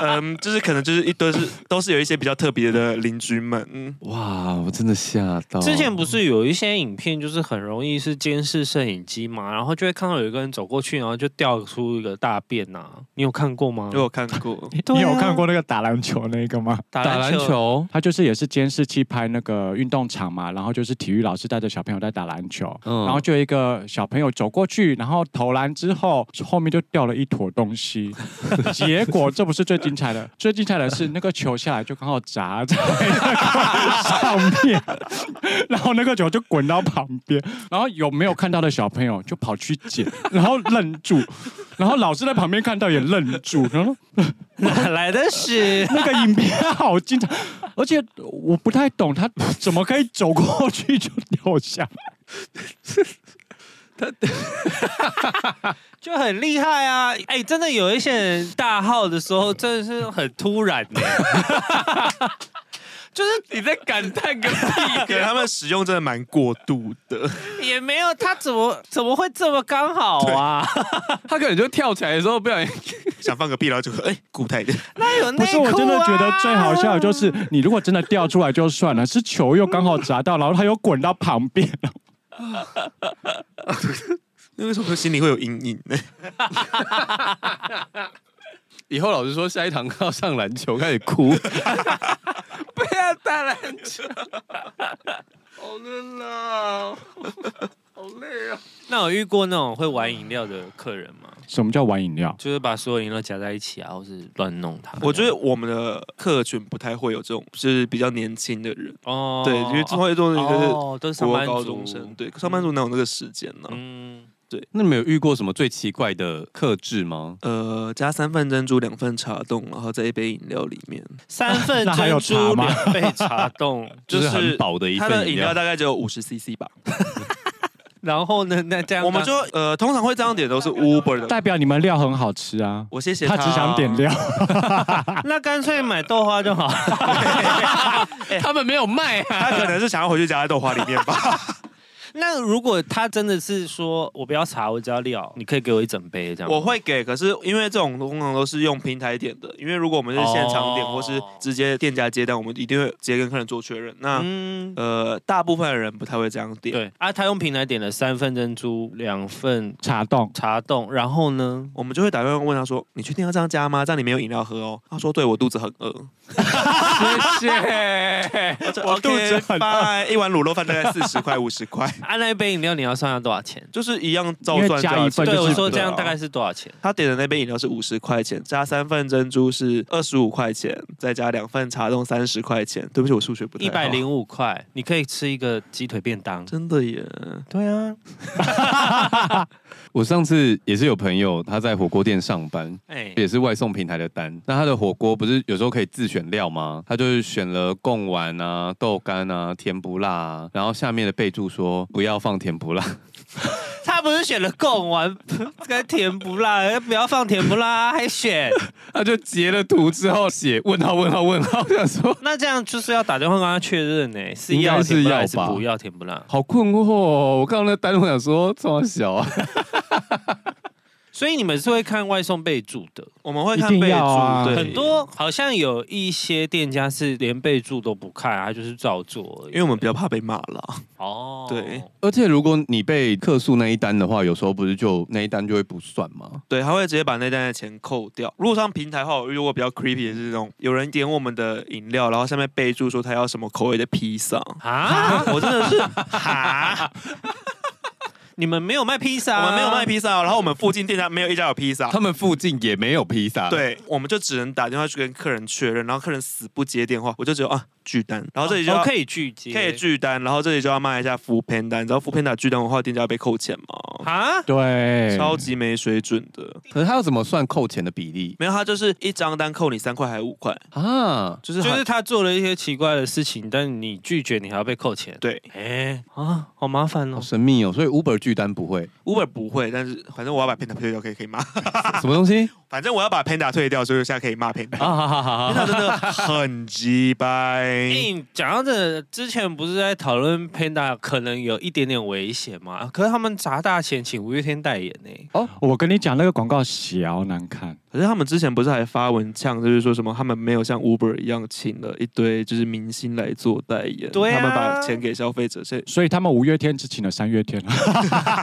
Speaker 4: 嗯，就是可能就是一都是都是有一些比较特别的邻居们。嗯，
Speaker 2: 哇，我真的吓到。
Speaker 3: 之前不是有一些影片，就是很容易是监视摄影机嘛，然后就会看到有一个人走过去，然后就掉出一个大便呐、你有看过吗
Speaker 4: 我？有看过，
Speaker 1: 你
Speaker 3: 对啊
Speaker 1: 你有看过那个打篮球那个吗？
Speaker 3: 打
Speaker 2: 打篮球，
Speaker 1: 他就是也是监视器拍那个运动场嘛，然后就是体育老师带着小朋友在打篮球，
Speaker 2: 嗯
Speaker 1: 然后就有一个小朋友走过去，然后投篮之后，后面就掉了一坨东西。结果这不是最精彩的，最精彩的是那个球下来就刚好砸在那个上面，然后那个球就滚到旁边，然后有没有看到的小朋友就跑去捡，然后愣住，然后老师在旁边看到也愣住，然后说
Speaker 3: 哪 [LAUGHS] 来的屎？
Speaker 1: [LAUGHS] 那个影片好精彩，而且我不太懂他怎么可以走过去就掉下
Speaker 3: [LAUGHS]
Speaker 1: 来。
Speaker 3: 就很厉害啊！哎、真的有一些人大号的时候，真的是很突然欸的、
Speaker 4: [LAUGHS]
Speaker 3: 就是
Speaker 2: 你在感叹个
Speaker 4: 对他们使用真的蛮过度的。
Speaker 3: 也没有他怎么怎么会这么刚好啊？
Speaker 2: 他可能就跳起来的时候不小心，
Speaker 4: 想放个屁，然后就哎，固态的，
Speaker 3: 那有内
Speaker 1: 不
Speaker 3: 裤、
Speaker 1: 是，
Speaker 3: 啊、
Speaker 1: 我真的觉得最好笑的就是，你如果真的掉出来就算了，是球又刚好砸到，然后他又滚到旁边， [LAUGHS]
Speaker 4: 那为什么心里会有阴影呢？
Speaker 2: 以后老师说下一堂课要上篮球，开始哭，不要打篮球，好累啦，好累啊！
Speaker 3: 那有遇过那种会玩饮料的客人吗？
Speaker 1: 什么叫玩饮料？
Speaker 3: 就是把所有饮料夹在一起啊，或是乱弄它？
Speaker 4: 我觉得我们的客群不太会有这种，就是比较年轻的人。
Speaker 3: 哦
Speaker 4: 对，因为之后一种就是
Speaker 3: 哦都是上
Speaker 4: 国
Speaker 3: 班
Speaker 4: 高
Speaker 3: 族
Speaker 4: 中生，对，上班族哪有那个时间呢、
Speaker 3: 嗯，
Speaker 2: [LAUGHS] 那你们有遇过什么最奇怪的克制吗？
Speaker 4: 呃，加三份珍珠，两份茶冻，然后在一杯饮料里面，
Speaker 3: 三份
Speaker 1: 那还有
Speaker 3: 珍
Speaker 1: 茶
Speaker 3: 珠
Speaker 1: 吗
Speaker 3: 两杯茶冻，
Speaker 4: [LAUGHS]
Speaker 2: 就是很饱的一
Speaker 4: 它的
Speaker 2: 份饮
Speaker 4: 饮
Speaker 2: 料
Speaker 4: 料，大概只有五十 CC 吧。
Speaker 3: 然后呢？那这样
Speaker 4: 我们就呃，通常会这样点都是 Uber 的。
Speaker 1: 代表你们料很好吃啊。
Speaker 4: 我谢谢
Speaker 1: 他
Speaker 4: 他，
Speaker 1: 只想点。料，
Speaker 3: [LAUGHS] 那干脆买豆花就好。
Speaker 2: 他们没有卖啊。
Speaker 4: 他可能是想要回去加在豆花里面吧。
Speaker 3: [LAUGHS] 那如果他真的是说我不要茶，我只要料，你可以给我一整杯 [LAUGHS] 这样吗。
Speaker 4: 我会给，可是因为这种通常都是用平台点的，因为如果我们是现场点
Speaker 3: 哦
Speaker 4: 或是直接店家接单，我们一定会直接跟客人做确认。那
Speaker 3: 嗯，
Speaker 4: 呃，大部分的人不太会这样点。
Speaker 3: 对啊，他用平台点了三份珍珠，两份
Speaker 1: 茶冻。
Speaker 3: 茶冻，然后 [LAUGHS] 呢？
Speaker 4: 我们就会打电话问他说：“你确定要这样加吗？这样你没有饮料喝哦。”他说：“对，我肚子很饿。
Speaker 2: 谢谢。
Speaker 4: 我说”
Speaker 1: 我肚子很饿
Speaker 4: OK，bye 一碗卤肉饭大概四十块、五十块，
Speaker 3: 啊，那一杯饮料你要算下多少钱？
Speaker 4: 就是一样照
Speaker 1: 因为
Speaker 4: 算
Speaker 1: 加一份就
Speaker 4: 价
Speaker 3: 对，
Speaker 4: 钱
Speaker 1: 是
Speaker 3: 我说
Speaker 1: 对啊
Speaker 3: 这样大概是多少钱？
Speaker 4: 他点的那杯饮料是五十块钱，加三份珍珠是二十五块钱，再加两份茶冻三十块钱。对不起，我数学不太
Speaker 3: 一
Speaker 4: 好。
Speaker 3: 百零五块，你可以吃一个鸡腿便当。
Speaker 4: 真的耶！
Speaker 3: 对啊，
Speaker 2: 我上次也是有朋友，他在火锅店上班，
Speaker 3: 哎、
Speaker 2: 也是外送平台的单。那他的火锅不是有时候可以自选料吗？他就是选了贡丸啊、豆干啊、甜不辣啊，然后下面的备注说不要放甜不辣。 [LAUGHS]
Speaker 3: 他不是选了贡丸 [LAUGHS] 跟甜不辣，不要放甜不辣，还选。
Speaker 2: 他就截了图之后写问号问号问号，我想说
Speaker 3: [LAUGHS] 那这样就是要打电话跟他确认呢、是
Speaker 2: 应该
Speaker 3: 要甜不辣还
Speaker 2: 是
Speaker 3: 是
Speaker 2: 要吧
Speaker 3: 不要甜不辣？
Speaker 2: 好困惑、哦。我看到那单，我想说这么小啊，
Speaker 3: 所以你们是会看外送备注的，
Speaker 4: 我们会看
Speaker 1: 一定
Speaker 4: 备注，
Speaker 1: 要啊
Speaker 4: 对
Speaker 3: 很，多好像有一些店家是连备注都不看，他就是照做而已。
Speaker 4: 因为我们比较怕被骂啦。
Speaker 3: 哦，
Speaker 4: 对
Speaker 2: 而且如果你被客诉那一单的话，有时候不是就那一单就会不算吗？
Speaker 4: 对，他会直接把那单的钱扣掉。如果上平台的话，我遇过比较 creepy 的是那种有人点我们的饮料，然后下面备注说他要什么口味的披萨。
Speaker 3: 啊，
Speaker 4: [LAUGHS] 我真的是， [LAUGHS]
Speaker 3: 哈，你们没有卖披萨、啊
Speaker 4: 我们没有卖，披萨哦，然后我们附近店家没有一家有披萨
Speaker 2: 他。们附近也没有披萨，，
Speaker 4: 对，我们就只能打电话去跟客人确认，然后客人死不接电话，我就觉得啊，巨蛋，然后这里就
Speaker 3: 哦
Speaker 4: 要、
Speaker 3: 可以拒接，
Speaker 4: 可以巨蛋，然后这里就要骂一下 f o o Panda，你知道 f o o Panda 巨蛋文化店家被扣钱吗？
Speaker 3: 啊？
Speaker 1: 对，
Speaker 4: 超级没水准的，
Speaker 2: 可是他要怎么算扣钱的比例
Speaker 4: 没有，他就是一张单扣你三块还是五块，
Speaker 2: 啊？
Speaker 4: 就是
Speaker 3: 就
Speaker 4: 很
Speaker 3: 是他做了一些奇怪的事情，但你拒绝，你还要被扣钱。
Speaker 4: 对
Speaker 3: 哎啊，好麻烦
Speaker 4: 嗯
Speaker 2: 好
Speaker 3: 哦。
Speaker 2: 神秘哦，所以 Uber 巨单不会
Speaker 4: Uber 不会，但是反正我要把 Panda 退掉，可以可以骂，
Speaker 2: 什么东西
Speaker 4: 反正我要把 Panda 退掉，所以我现在可以
Speaker 3: [LAUGHS]
Speaker 4: 骂 Panda，
Speaker 2: 啊？好好好好，
Speaker 4: Panda 真的很鸡
Speaker 3: 哎、
Speaker 4: 掰。
Speaker 3: 你讲到这个之前不是在讨论 Panda 可能有一点点危险吗？啊可是他们砸大钱请五月天代言呢、
Speaker 1: 我跟你讲，那个广告小难看。
Speaker 4: 可是他们之前不是还发文呛，就是说什么他们没有像 Uber 一样请了一堆就是明星来做代言，
Speaker 3: 对啊
Speaker 4: 他们把钱给消费者，所以
Speaker 1: 所以他们五月天只请了三月天 [LAUGHS] 了，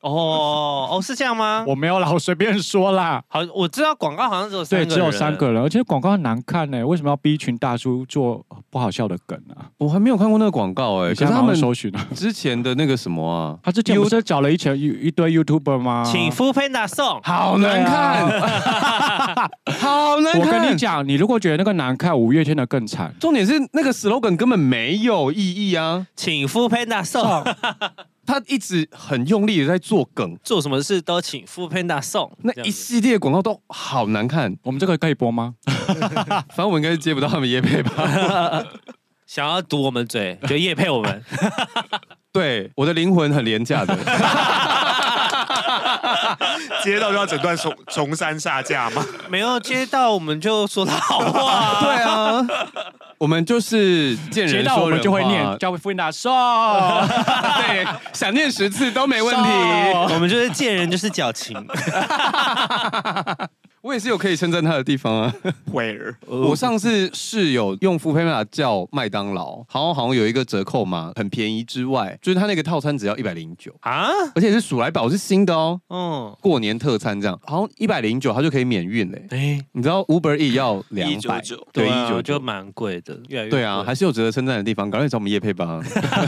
Speaker 3: 哦哦，是这样吗？
Speaker 1: 我没有啦，我随便说啦。
Speaker 3: 好，我知道广告好像只有 [LAUGHS] 三个
Speaker 1: 对，
Speaker 3: 人，
Speaker 1: 只有三个人，而且广告很难看呢、为什么要逼一群大叔做不好笑的梗啊？
Speaker 2: 我还没有看过那个广告哎、可
Speaker 1: 你
Speaker 2: 是
Speaker 1: 现在
Speaker 2: 他
Speaker 1: 马上
Speaker 2: 们
Speaker 1: 搜寻啊。
Speaker 2: 之前的那个什么啊，
Speaker 1: 他之前不是找了一群一一堆 YouTuber 吗？
Speaker 3: 请 f o o Panda 送。
Speaker 2: 好难看， [LAUGHS] 好难
Speaker 1: 我跟
Speaker 2: 看
Speaker 1: 你。讲，你如果觉得那个难看，五月天的更惨。
Speaker 2: 重点是那个 slogan 根本没有意义啊，
Speaker 3: 请 f o o Panda 送，
Speaker 2: 他一直很用力的在做梗，
Speaker 3: 做什么事都请 f o o Panda 送。
Speaker 2: 那
Speaker 3: 这样
Speaker 2: 一
Speaker 3: 子
Speaker 2: 系列广告都好难看。
Speaker 1: 我们这个可以播吗？
Speaker 2: 反正我应该是接不到他们叶配
Speaker 1: [LAUGHS]
Speaker 2: 吧？
Speaker 3: 想要堵我
Speaker 2: [LAUGHS]
Speaker 3: 们嘴，就夜配我们。
Speaker 2: 对，我的灵魂很廉价的。
Speaker 1: [LAUGHS]
Speaker 4: 接到就要整段 [LAUGHS] 重重山下架嘛。
Speaker 3: 没有接到我们就说他好话。
Speaker 2: 对啊，我们就是见
Speaker 1: 接
Speaker 2: 人
Speaker 1: 到我
Speaker 2: 说人
Speaker 1: 们就会
Speaker 2: 话
Speaker 1: 念，叫 f i n a 送，
Speaker 2: 对，想念十次都没问题。
Speaker 3: 我们就是见人就是矫情。
Speaker 2: 我也是有可以称赞他的地方啊。
Speaker 4: [LAUGHS]
Speaker 3: [LAUGHS]
Speaker 4: Where？
Speaker 2: 我上次室友用 f o o Panda 叫麦当劳，好像好像有一个折扣嘛，很便宜之外，就是他那个套餐只要一百零九，
Speaker 3: 啊，
Speaker 2: 而且是鼠来宝是新的哦，
Speaker 3: 嗯，
Speaker 2: 过年特餐这样，好像一百零九它就可以免运嘞。
Speaker 3: 哎，
Speaker 2: 你知道 Uber E 要两百
Speaker 4: 199，
Speaker 2: 对，
Speaker 3: 啊
Speaker 2: 一九
Speaker 3: 就
Speaker 2: 九。
Speaker 3: 蛮贵的，越来越贵
Speaker 2: 对啊，还是有值得称赞的地方，赶快找我们叶配吧。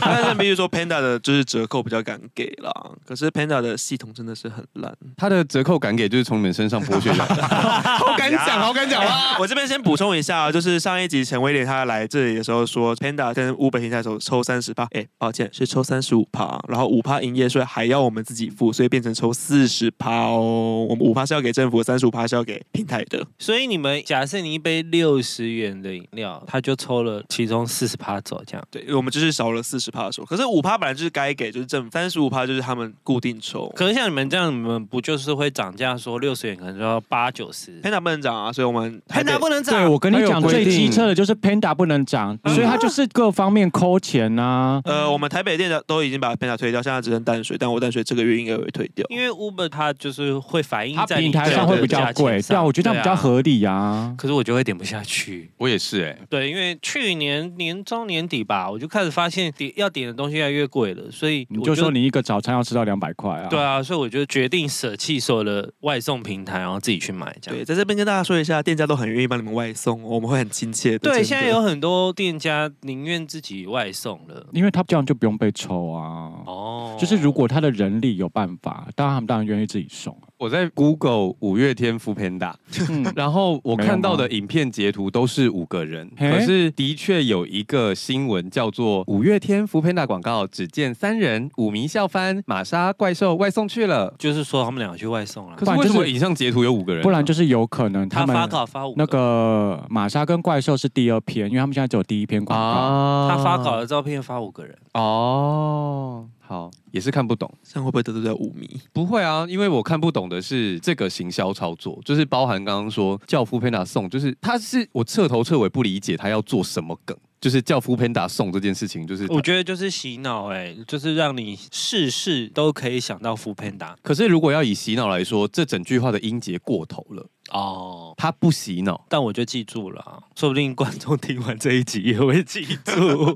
Speaker 4: 但是比如说 Panda 的就是折扣比较敢给啦，可是 Panda 的系统真的是很烂。
Speaker 2: 他的折扣敢给就是从你们身上剥削来 [LAUGHS] 的，好敢讲，好敢讲啊！
Speaker 4: 我这边先补充一下啊，就是上一集陈威廉他来这里的时候说，Panda 跟 Uber 停下的时候抽三十趴，哎，抱歉是抽三十五趴，然后五趴营业税还要我们自己付，所以变成抽四十趴哦。我们五趴是要给政府，三十五趴是要给平台的。
Speaker 3: 所以你们假设你一杯六十元的饮料，他就抽了其中四十趴走，这样
Speaker 4: 对，我们就是少了四十趴的时候，可是五趴本来就是该给，就是政府三十五趴就是他们固定抽。
Speaker 3: 可是像你们这样，你们不就是会涨价？说六十元可能就要八九十
Speaker 4: Panda 不能涨啊，所以我们台北
Speaker 3: ，Panda 不能
Speaker 1: 对，
Speaker 3: 涨。
Speaker 1: 我跟你
Speaker 2: 还有
Speaker 1: 讲，
Speaker 2: 规
Speaker 1: 最
Speaker 2: 定
Speaker 1: 机车的就是 Panda 不能涨，所以他就是各方面抠钱啊。
Speaker 4: 呃，我们台北店的都已经把 Panda 推掉，现在只剩淡水，但我淡水这个月应该会退掉。
Speaker 3: 因为 Uber 它就是会反映
Speaker 1: 它
Speaker 3: 嗯在你
Speaker 1: 平台上会比较贵，对
Speaker 3: 对
Speaker 1: 啊，我觉得这样比较。
Speaker 3: 对啊
Speaker 1: 合理啊。
Speaker 3: 可是我就会点不下去。
Speaker 2: [LAUGHS] 我也是哎，
Speaker 3: 对，因为去年年中年底吧，我就开始发现点要点的东西越来越贵了，所以
Speaker 1: 你
Speaker 3: 我
Speaker 1: 就说你一个早餐要吃到两百块啊？
Speaker 3: 对啊，所以我就决定舍弃所有的外送平台，然后自己去买这样。
Speaker 4: 对，在这边跟大家说一下，店家都很愿意帮你们外送，哦我们会很亲切的。
Speaker 3: 对，
Speaker 4: 真的
Speaker 3: 现在有很多店家宁愿自己外送了。
Speaker 1: 因为他这样就不用被抽啊。
Speaker 3: 哦，
Speaker 1: 就是如果他的人力有办法，当然他们当然愿意自己送
Speaker 2: [LAUGHS]
Speaker 1: 啊。
Speaker 2: 我在 Google 五月天 f o o Panda，
Speaker 1: 嗯，
Speaker 2: 然后我看到的影片截图都是五个人，
Speaker 1: 嘿
Speaker 2: 可是的确有一个新闻叫做五月天 f o o Panda 广告只见三人，五迷笑翻，玛莎怪兽外送去了。
Speaker 3: 就是说他们两个去外送了
Speaker 2: 可，是
Speaker 1: 不然
Speaker 2: 为
Speaker 1: 就是
Speaker 2: 什么影像截图有五个人啊？
Speaker 1: 不然就是有可能
Speaker 3: 他
Speaker 1: 他
Speaker 3: 发
Speaker 1: 们
Speaker 3: 稿发五
Speaker 1: 那个玛莎跟怪兽是第二篇，因为他们现在只有第一篇广告。
Speaker 2: 啊
Speaker 3: 他发稿的照片发五个人，
Speaker 2: 哦，好，也是看不懂。
Speaker 4: 这样会不会得罪到五迷？
Speaker 2: 不会啊，因为我看不懂的是这个行销操作，就是包含刚刚说教父 Panda 送，就是他是我彻头彻尾不理解他要做什么梗，就是教父 Panda 送这件事情，就是
Speaker 3: 我觉得就是洗脑哎、就是让你事事都可以想到 f o o Panda
Speaker 2: 可是如果要以洗脑来说，这整句话的音节过头了，
Speaker 3: 哦。
Speaker 2: 他不洗脑。
Speaker 3: 但我就记住了啊、说不定观众听完这一集也会记住。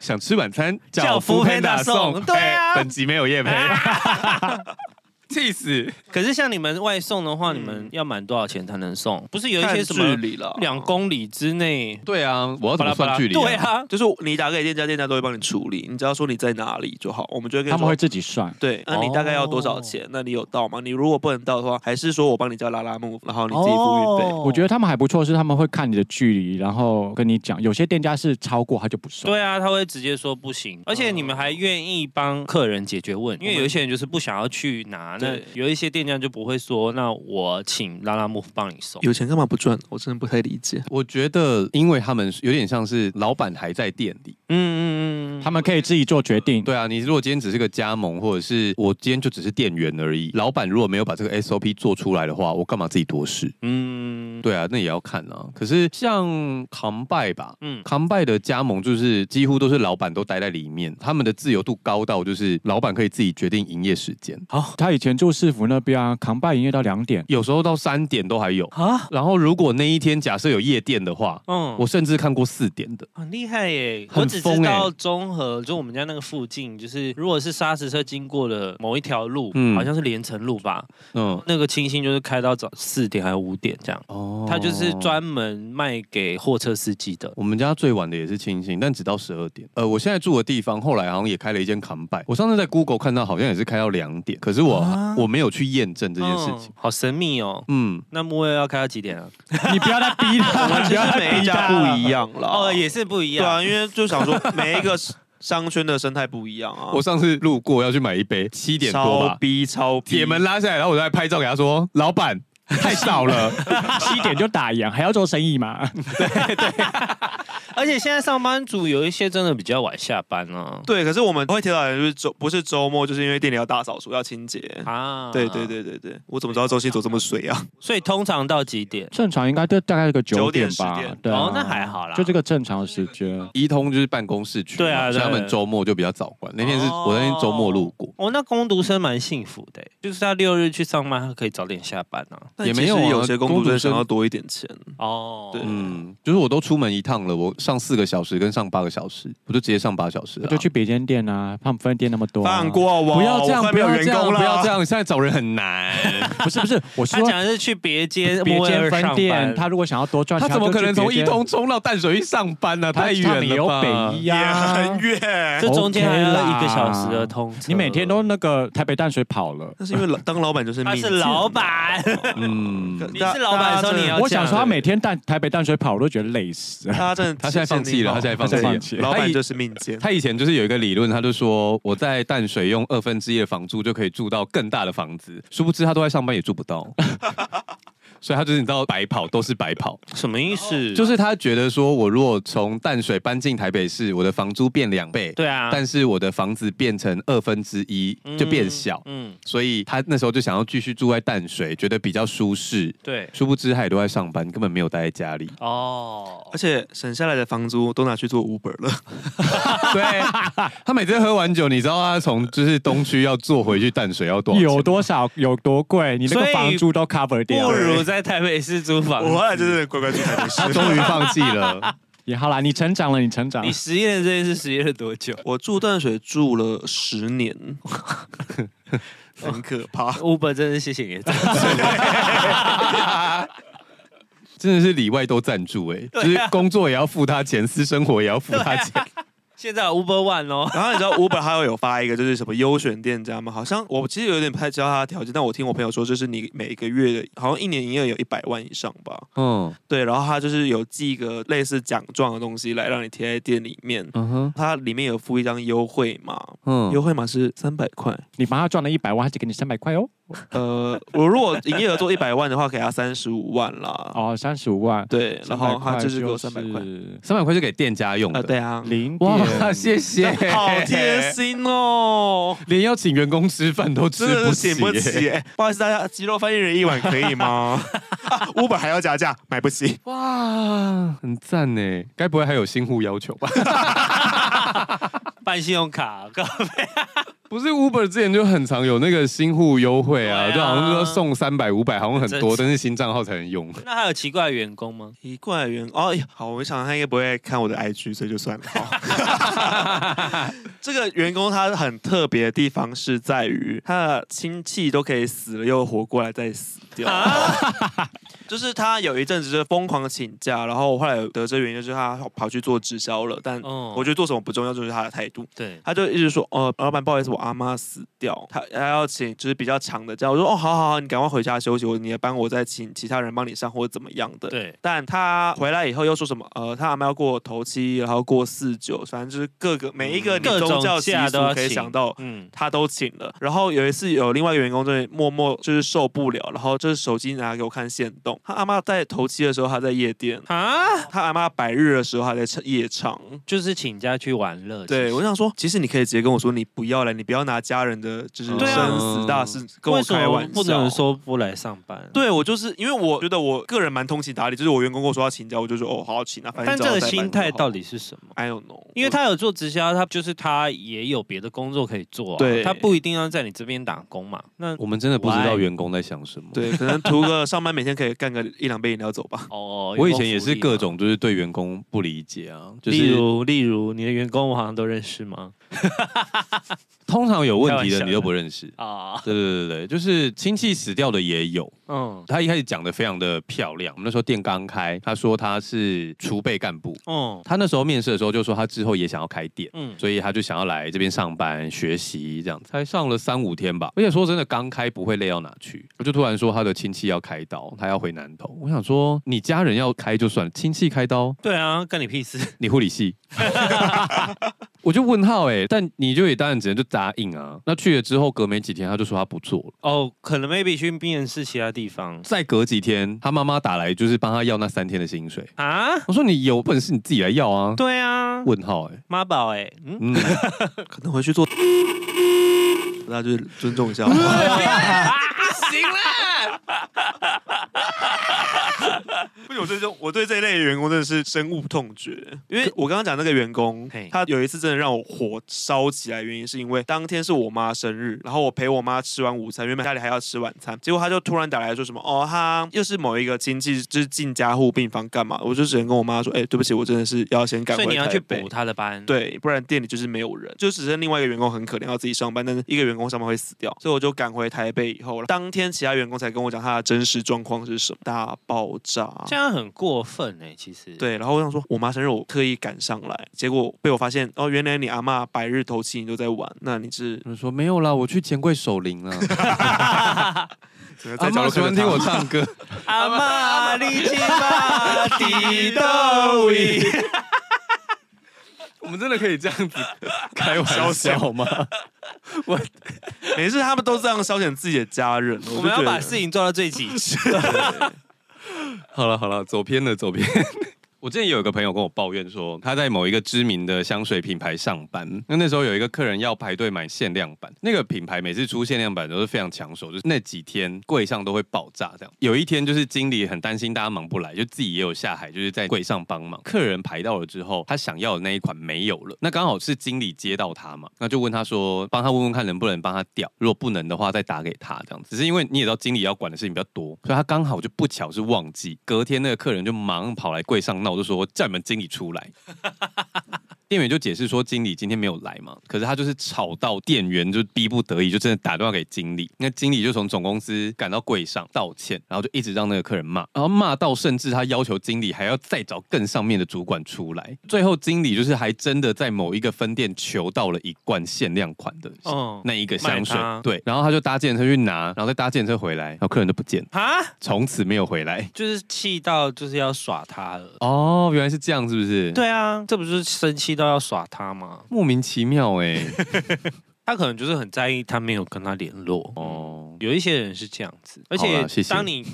Speaker 2: 想吃晚餐，
Speaker 3: 叫
Speaker 2: 夫哎
Speaker 3: Foodpanda 送对
Speaker 2: [LAUGHS]
Speaker 3: 啊
Speaker 2: 嘿本集没有夜配。气死！
Speaker 3: 可是像你们外送的话，你们要满多少钱才能送？不是有一些
Speaker 4: 看
Speaker 3: 什
Speaker 4: 距
Speaker 3: 么
Speaker 4: 离了，
Speaker 3: 两公里之内？
Speaker 2: 对啊，我要怎么
Speaker 3: 巴拉巴
Speaker 2: 算
Speaker 3: 拉
Speaker 2: 距离、
Speaker 3: 对，啊，
Speaker 4: 就是你打给店家，店家都会帮你处理，你只要说你在哪里就好，我们就会跟
Speaker 1: 他
Speaker 4: 你
Speaker 1: 们会
Speaker 4: 说。
Speaker 1: 自己
Speaker 3: 哦
Speaker 1: 算。
Speaker 4: 对，那、你大概要多
Speaker 2: 哦
Speaker 4: 少钱？那你有到吗？你如果不能到的话，还是说我帮你叫拉拉木，然后你自己付
Speaker 2: 哦
Speaker 4: 运费。
Speaker 1: 我觉得他们还不错，是他们会看你的距离，然后跟你讲。有些店家是超过他就不收。
Speaker 3: 对啊，他会直接说不行，而且你们还愿意帮客人解决
Speaker 2: 嗯
Speaker 3: 问题，因为有一些人就是不想要去拿，那
Speaker 4: 对
Speaker 3: 有一些店家就不会说，那我请拉拉木帮你送。
Speaker 4: 有钱干嘛不赚？我真的不太
Speaker 3: [LAUGHS]
Speaker 4: 理解。
Speaker 2: 我觉得因为他们有点像是老板还在店里。
Speaker 3: 嗯嗯嗯嗯，
Speaker 1: 他们可以自己做决定。
Speaker 2: 对啊，你如果今天只是个加盟，或者是我今天就只是店员而已，老板如果没有把这个 SOP 做出来的话，我干嘛自己多事？
Speaker 3: 嗯
Speaker 2: 对啊，那也要看啊。可是像康拜吧。
Speaker 3: 嗯，
Speaker 2: 康拜的加盟就是几乎都是老板都待在里面，他们的自由度高到就是老板可以自己决定营业时间，
Speaker 3: 好
Speaker 1: 他以前住市府那边啊，扛拜营业到两点，
Speaker 2: 有时候到三点都还有。
Speaker 3: 啊，
Speaker 2: 然后如果那一天假设有夜店的话，
Speaker 3: 嗯，
Speaker 2: 我甚至看过四点的。
Speaker 3: 很厉害耶！
Speaker 2: 很
Speaker 3: 我只知
Speaker 2: 疯耶欸
Speaker 3: 道中和，就我们家那个附近，就是如果是砂石车经过的某一条路，
Speaker 2: 嗯
Speaker 3: 好像是连城路吧，
Speaker 2: 嗯，
Speaker 3: 那个清新就是开到早四点还是五点这样，
Speaker 2: 哦
Speaker 3: 它就是专门卖给货车司机的。
Speaker 2: 我们家最晚的也是清醒，但只到十二点。呃，我现在住的地方后来好像也开了一间扛拜，我上次在 Google 看到好像也是开到两点，可是我、我没有去验证这件事情
Speaker 3: 嗯。好神秘哦。
Speaker 2: 嗯，
Speaker 3: 那木卫要开到几点啊？
Speaker 1: 你不要再逼
Speaker 2: [LAUGHS]
Speaker 1: 他，
Speaker 4: 我们
Speaker 1: 不
Speaker 4: 其
Speaker 1: 要
Speaker 4: 实
Speaker 1: 再
Speaker 4: [LAUGHS] 每一
Speaker 1: 逼
Speaker 4: 家
Speaker 1: 他
Speaker 4: 不一
Speaker 1: 了。
Speaker 4: 样啦，
Speaker 3: 哦，也是不一
Speaker 4: 对
Speaker 3: 样。
Speaker 4: 啊，因为就想说每一个商圈的生态不一样啊。
Speaker 2: 我上次路过要去买一杯，七点多
Speaker 4: 超
Speaker 2: 吧，
Speaker 4: 逼超逼
Speaker 2: 铁门拉下来，然后我在拍照给他说，老板太少了，
Speaker 1: 七点就打烊，还要做生意嘛？
Speaker 3: 而且现在上班族有一些真的比较晚下班啊。
Speaker 4: 对，可是我们会提到的就是周不是周末，就是因为店里要大扫除要清洁。
Speaker 3: 啊，
Speaker 4: 对对。对对对，我怎么知道周星走这么水啊？
Speaker 3: 所以通常到几点？
Speaker 1: 正常应该就大概这个九点吧
Speaker 4: 9点10点。
Speaker 1: 对啊
Speaker 3: 哦，那还好啦。
Speaker 1: 就这个正常的时间。
Speaker 2: [LAUGHS] 一通就是办公室区嘛，
Speaker 3: 对啊
Speaker 2: 所以
Speaker 3: 对
Speaker 2: 他们周末就比较早关。那天是
Speaker 3: 哦
Speaker 2: 我那天周末路过，
Speaker 3: 哦，那工读生蛮幸福的欸，就是他六日去上班，他可以早点下班啊。
Speaker 2: 也没有啊
Speaker 4: 但其实有些工
Speaker 2: 工
Speaker 4: 读
Speaker 2: 读
Speaker 4: 生
Speaker 2: 生
Speaker 4: 想要多一点钱，
Speaker 3: 哦，
Speaker 4: 对
Speaker 2: 嗯，就是我都出门一趟了，我上四个小时跟上八个小时，我就直接上八小时了
Speaker 1: 我。就去别间店啊，他们分店那么多啊。
Speaker 4: 放过我，
Speaker 2: 不要这样，
Speaker 4: 我快
Speaker 2: 不
Speaker 4: 没有
Speaker 2: 要这
Speaker 4: 员
Speaker 2: 样，
Speaker 4: 工了，
Speaker 2: 不要这。样，现在找人很 [LAUGHS] 难。
Speaker 1: 不是不是，我
Speaker 3: 他
Speaker 1: 说
Speaker 3: 讲的是去别 [LAUGHS] 间
Speaker 1: 别
Speaker 3: 摩尔
Speaker 1: 间分
Speaker 3: 上
Speaker 1: 店，
Speaker 3: 班
Speaker 1: 他如果想要多赚
Speaker 2: 他
Speaker 1: 钱，
Speaker 2: 怎么
Speaker 1: 就
Speaker 2: 可
Speaker 1: 去
Speaker 2: 能从
Speaker 1: 别
Speaker 2: 一
Speaker 1: 间
Speaker 2: 通冲到淡水去上班呢、
Speaker 1: 他
Speaker 2: 太远
Speaker 1: 有
Speaker 2: 了吧？[LAUGHS]
Speaker 1: 北一
Speaker 4: 也
Speaker 1: 呀
Speaker 4: 很。远
Speaker 3: 这，中间还
Speaker 1: OK
Speaker 3: 要
Speaker 1: 啦
Speaker 3: 一个小时的通车
Speaker 1: 你每天都那个台北淡水跑了，
Speaker 4: [LAUGHS] 那是因为老当老板就是
Speaker 3: 他
Speaker 4: 命
Speaker 3: 是老
Speaker 1: [LAUGHS]
Speaker 3: 板，
Speaker 2: 嗯，
Speaker 4: 可
Speaker 3: 你是老板说你要这样
Speaker 1: 我想说他每天淡台北淡水跑，我都觉得累死了。
Speaker 4: [LAUGHS] 他真的
Speaker 2: [LAUGHS] 他现在放弃了，他现在放弃
Speaker 1: 他现在
Speaker 2: 了
Speaker 1: 放。弃
Speaker 4: 老板就是命贱。
Speaker 2: 他以前就是有一个理论，他就说我在淡水用二分之一的房租就可以住到更大的房子， [LAUGHS] 殊不知他都在上班也住不到， [LAUGHS] 所以他就是你知道白跑都是白跑，
Speaker 3: 什么意思？
Speaker 2: 就是他觉得说我如果从淡水搬进台北市，我的房租变两倍，
Speaker 3: 对啊，
Speaker 2: 但是我的房子变成二分之一
Speaker 3: 嗯
Speaker 2: 就变小，
Speaker 3: 嗯，
Speaker 2: 所以他那时候就想要继续住在淡水，觉得比较舒适。
Speaker 3: 对，。
Speaker 2: 殊不知他也都在上班，根本没有待在家里
Speaker 3: [LAUGHS] 哦
Speaker 4: 而，且省下来的房租都拿去做 Uber 了，
Speaker 2: 对，他每次喝完酒，你知道他从就是东区要坐回去淡水要多少钱吗啊
Speaker 1: 有多少有多贵，你那
Speaker 3: 所
Speaker 1: 个
Speaker 3: 以
Speaker 1: 房租都 cover 掉
Speaker 3: 不
Speaker 1: 了。
Speaker 3: 如在台北市租房子。
Speaker 4: 啊我后来就是乖乖去台北市
Speaker 2: 他。 [LAUGHS] 终于放弃了。
Speaker 1: 也好啦，你成长了，你成长
Speaker 3: 你。实验这件事实验了多久
Speaker 4: [LAUGHS] 我住淡水住了十年， [LAUGHS] 很可怕。
Speaker 3: ？Uber 真是谢谢你，
Speaker 2: 真的是里外都赞助哎、就是工作也要付他钱，私生活也要付他钱。
Speaker 3: [LAUGHS] 现在有 Uber One 哦， [LAUGHS]
Speaker 4: 然后你知道 Uber 它会有发一个就是什么优选店家吗？好像我其实有点不太知道它的条件，但我听我朋友说，就是你每个月的好像一年营业有一百万以上吧。
Speaker 2: 嗯
Speaker 4: 对，然后它就是有寄一个类似奖状的东西来让你贴在店里面，
Speaker 2: 嗯哼
Speaker 4: 它里面有附一张优惠码，优
Speaker 2: 嗯，
Speaker 4: 惠码是三百块。
Speaker 1: 你帮他赚了一百万，他只给你三百块哦。
Speaker 4: 呃，我如果营业额做一百万的话，给他三十五万啦。
Speaker 1: 哦，三十五万，
Speaker 4: 对，然后他就是给我三
Speaker 1: 三
Speaker 4: 百块。
Speaker 2: 三百块是给店家用的。
Speaker 4: 啊，对啊，
Speaker 1: 零
Speaker 2: 哇，
Speaker 1: 点。
Speaker 2: 谢谢，
Speaker 4: [LAUGHS] 好贴，心哦。
Speaker 2: 连邀请员工吃饭都吃
Speaker 4: 真的
Speaker 2: 不
Speaker 4: 是请不起、欸，不好意思，大家鸡肉饭一 [LAUGHS] 人一碗可以吗 u b e 还要加价，买不起。
Speaker 2: 哇，很赞欸呢！该不会还有新户要求吧？
Speaker 3: 办信用卡，告诉
Speaker 2: 不是 Uber 之前就很常有那个新户优惠啊，
Speaker 3: 对啊
Speaker 2: 就好像说送三百五百，好像很多，
Speaker 3: 这
Speaker 2: 但是新账号才能用。
Speaker 3: 那还有奇怪的员工吗？
Speaker 4: 奇怪的员 [LAUGHS] 哦，哎呀好，我想他应该不会看我的 IG，所以就算了。好这个个员工他很特别的地方是在于，他的亲戚都可以死了又活过来再死掉。啊 [LAUGHS] 就是他有一阵子就是疯狂请假，然后后来得知原因就是他跑去做直销了。但
Speaker 3: 哦
Speaker 4: 嗯我觉得做什么不重要，就是他的态度。
Speaker 3: 对，
Speaker 4: 他就一直说，呃，老板，不好意思，我阿妈死掉，他他要请就是比较长的假。我说，哦，好好好，你赶快回家休息，我你的班我再请其他人帮你上或者怎么样的。
Speaker 3: 对，
Speaker 4: 但他回来以后又说什么？呃，他阿妈要过头七，然后过四九，反正就是各个每一个你
Speaker 3: 各
Speaker 4: 宗教
Speaker 3: 种
Speaker 4: 习
Speaker 3: 假
Speaker 4: 俗
Speaker 3: 都要
Speaker 4: 可以
Speaker 3: 请
Speaker 4: 想到。
Speaker 3: 嗯，
Speaker 4: 他都请了，然后有一次有另外一个员工就是默默就是受不了，然后就是手机拿给我看现动。他阿妈在头七的时候他在夜店，
Speaker 3: 啊，
Speaker 4: 他阿妈百日的时候他在唱夜唱。
Speaker 3: 就是请假去玩乐，
Speaker 4: 对，我想说，其实你可以直接跟我说你不要来，你不要拿家人的就是
Speaker 2: 对啊
Speaker 4: 生死大事跟
Speaker 3: 嗯
Speaker 4: 我
Speaker 3: 为什么
Speaker 4: 开玩笑。
Speaker 3: 不能说不来上班。
Speaker 4: 对我就是因为我觉得我个人蛮通情达理，就是我员工跟我说要请假，我就说哦好好请啊，反正
Speaker 3: 但这个心态到
Speaker 4: 底
Speaker 3: 底是什么？
Speaker 4: ，I don't know，
Speaker 3: 因为他有做直销，他就是他也有别的工作可以做、啊，
Speaker 4: 对
Speaker 3: 他不一定要在你这边打工嘛。那
Speaker 2: 我们真的不知道
Speaker 3: Why？
Speaker 2: 员工在想什么。
Speaker 4: 我。对可能图个上班每天可以干个一两杯饮料走吧。
Speaker 3: 哦，
Speaker 2: 我以
Speaker 3: 员工
Speaker 2: 前也
Speaker 3: 福利
Speaker 2: 是各
Speaker 3: 嘛，
Speaker 2: 种就是对员工不理解啊，就
Speaker 3: 例
Speaker 2: 是
Speaker 3: 如例如你的员工，我好像都认识吗？
Speaker 2: 通常有问题
Speaker 3: 开玩
Speaker 2: 的
Speaker 3: 笑的
Speaker 2: 你都不认识。
Speaker 3: 啊，
Speaker 2: 对对对对，就是亲戚死掉的也有。
Speaker 3: 嗯
Speaker 2: 他一开始讲的非常的漂亮，我们那时候店刚开，他说他是储备干部，
Speaker 3: 嗯
Speaker 2: 他那时候面试的时候就说他之后也想要开店。
Speaker 3: 嗯，
Speaker 2: 所以他就想要来这边上班学习，这样子才上了三五天吧。而且说真的，刚开不会累到哪去。我就突然说他的亲戚要开刀，他要回南投。我想说，你家人要开就算了，亲戚开刀，
Speaker 3: 对啊，干你屁事。
Speaker 2: 你护理系？ [LAUGHS] 我就问号哎、但你就也当然只能就答应啊。那去了之后，隔没几天他就说他不做了。
Speaker 3: 哦，可能 maybe 去面试其他地方
Speaker 2: 再隔几天，他妈妈打来就是帮他要那三天的薪水。
Speaker 3: 啊？
Speaker 2: 我说你有本事你自己来要啊。
Speaker 3: 对啊，
Speaker 2: 问号哎、
Speaker 3: 妈宝哎，嗯，
Speaker 2: 嗯，
Speaker 4: 可能回
Speaker 3: [LAUGHS]
Speaker 4: 去做，大家就是尊重一下。不行我对这我对这一类的员工真的是深恶痛绝，因为我刚刚讲那个员工
Speaker 3: 嘿，
Speaker 4: 他有一次真的让我火烧起来，原因是因为当天是我妈生日，然后我陪我妈吃完午餐，原本家里还要吃晚餐，结果他就突然打来说什么哦，他又是某一个亲戚，就是进加护病房干嘛？我就只能跟我妈说，哎、对不起，我真的是要先
Speaker 3: [LAUGHS]
Speaker 4: 赶
Speaker 3: 所
Speaker 4: 回
Speaker 3: 以
Speaker 4: 台
Speaker 3: 你
Speaker 4: 北。
Speaker 3: 要去补他的班。，
Speaker 4: 对，不然店里就是没有人，就只剩另外一个员工很可怜，要自己上班，但是一个员工上班会死掉，所以我就赶回台北以后，当天其他员工才跟我讲他的真实状况是什么，大爆炸。
Speaker 3: 这样很过分哎，其实。
Speaker 4: 对，然后我想说，我妈生日我特意赶上来，结果被我发现，哦，原来你阿嬷百日头七你都在玩，那你是
Speaker 1: 嗯
Speaker 2: 他们说没有啦，我去钱柜守灵 [LAUGHS] 了。
Speaker 4: 怎么在
Speaker 2: 阿
Speaker 4: 角
Speaker 2: 妈
Speaker 4: 落
Speaker 2: 喜欢
Speaker 4: 看着
Speaker 2: 听我
Speaker 4: 她？
Speaker 2: 唱歌。
Speaker 3: 阿妈，你今把地到位。
Speaker 2: [LAUGHS] 我们真的可以这样子 [LAUGHS] 开 [LAUGHS] 玩笑吗？
Speaker 4: [LAUGHS] 每次他们都这样消遣自己的家人，我
Speaker 3: 我
Speaker 4: 就
Speaker 3: 们要
Speaker 4: 觉
Speaker 3: 把
Speaker 4: 得
Speaker 3: 事情做到最极致。
Speaker 2: [LAUGHS] 好了好了，走偏了走偏 [LAUGHS] 了。我之前有一个朋友跟我抱怨说，他在某一个知名的香水品牌上班。那那时候有一个客人要排队买限量版，那个品牌每次出限量版都是非常抢手，就是那几天柜上都会爆炸这样。有一天就是经理很担心大家忙不来，就自己也有下海，就是在柜上帮忙。客人排到了之后，他想要的那一款没有了，那刚好是经理接到他嘛，那就问他说，帮他问问看能不能帮他调，如果不能的话再打给他这样子。只是因为你也知道经理要管的事情比较多，所以他刚好就不巧是忘记，隔天那个客人就忙跑来柜上闹，就说叫你们经理出来。店员就解释说，经理今天没有来嘛，可是他就是吵到店员，就逼不得已，就真的打电话给经理。那经理就从总公司赶到柜上道歉，然后就一直让那个客人骂，然后骂到甚至他要求经理还要再找更上面的主管出来。最后经理就是还真的在某一个分店求到了一罐限量款的
Speaker 3: 嗯，
Speaker 2: 那一个香水
Speaker 3: 买它，
Speaker 2: 对，然后他就搭电车去拿，然后再搭电车回来，然后客人就不见了，
Speaker 3: 啊，
Speaker 2: 从此没有回来。
Speaker 3: 就是气到就是要耍他了。
Speaker 2: 哦，原来是这样，是不是？，
Speaker 3: 对啊，这不是生气到要耍他吗？
Speaker 2: 莫名其妙哎、
Speaker 3: 他可能就是很在意他没有跟他联络。哦，
Speaker 2: 哦，
Speaker 3: 有一些人是这样子，而
Speaker 2: 好
Speaker 3: 且
Speaker 2: 啦谢谢
Speaker 3: 当你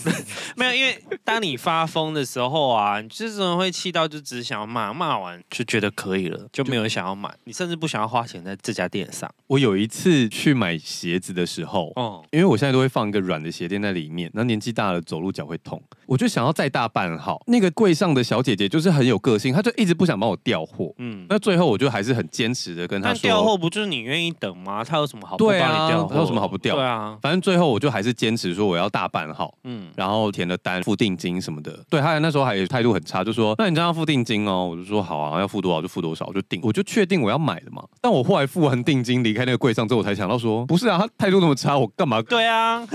Speaker 3: [LAUGHS] 没有，因为当你发疯的时候啊，你就是真的会气到就只想要骂，骂完就觉得可以了，就没有想要买，你甚至不想要花钱在这家店上。
Speaker 2: 我有一次去买鞋子的时候，
Speaker 3: 哦，
Speaker 2: 因为我现在都会放一个软的鞋垫在里面，那年纪大了走路脚会痛，我就想要再大半号。那个柜上的小姐姐就是很有个性，她就一直不想帮我调货。
Speaker 3: 嗯。
Speaker 2: 那最后我就还是很坚持的跟她
Speaker 3: 但
Speaker 2: 说，
Speaker 3: 调货不就是你愿意等吗？他有什么好不帮
Speaker 2: 对
Speaker 3: 你
Speaker 2: 啊
Speaker 3: 调货？
Speaker 2: 他有什么好不调
Speaker 3: 对啊，
Speaker 2: 反正最后我就还是坚持说我要大半号。
Speaker 3: 嗯，
Speaker 2: 然后填了单，付定金什么的。对，他那时候还态度很差，就说：“那你这样要付定金哦。”我就说：“好啊，要付多少就付多少，我就定。”我就确定我要买了嘛。但我后来付完定金离开那个柜上之后，我才想到说，不是啊，他态度那么差，我干嘛？
Speaker 3: 对啊，
Speaker 2: [LAUGHS]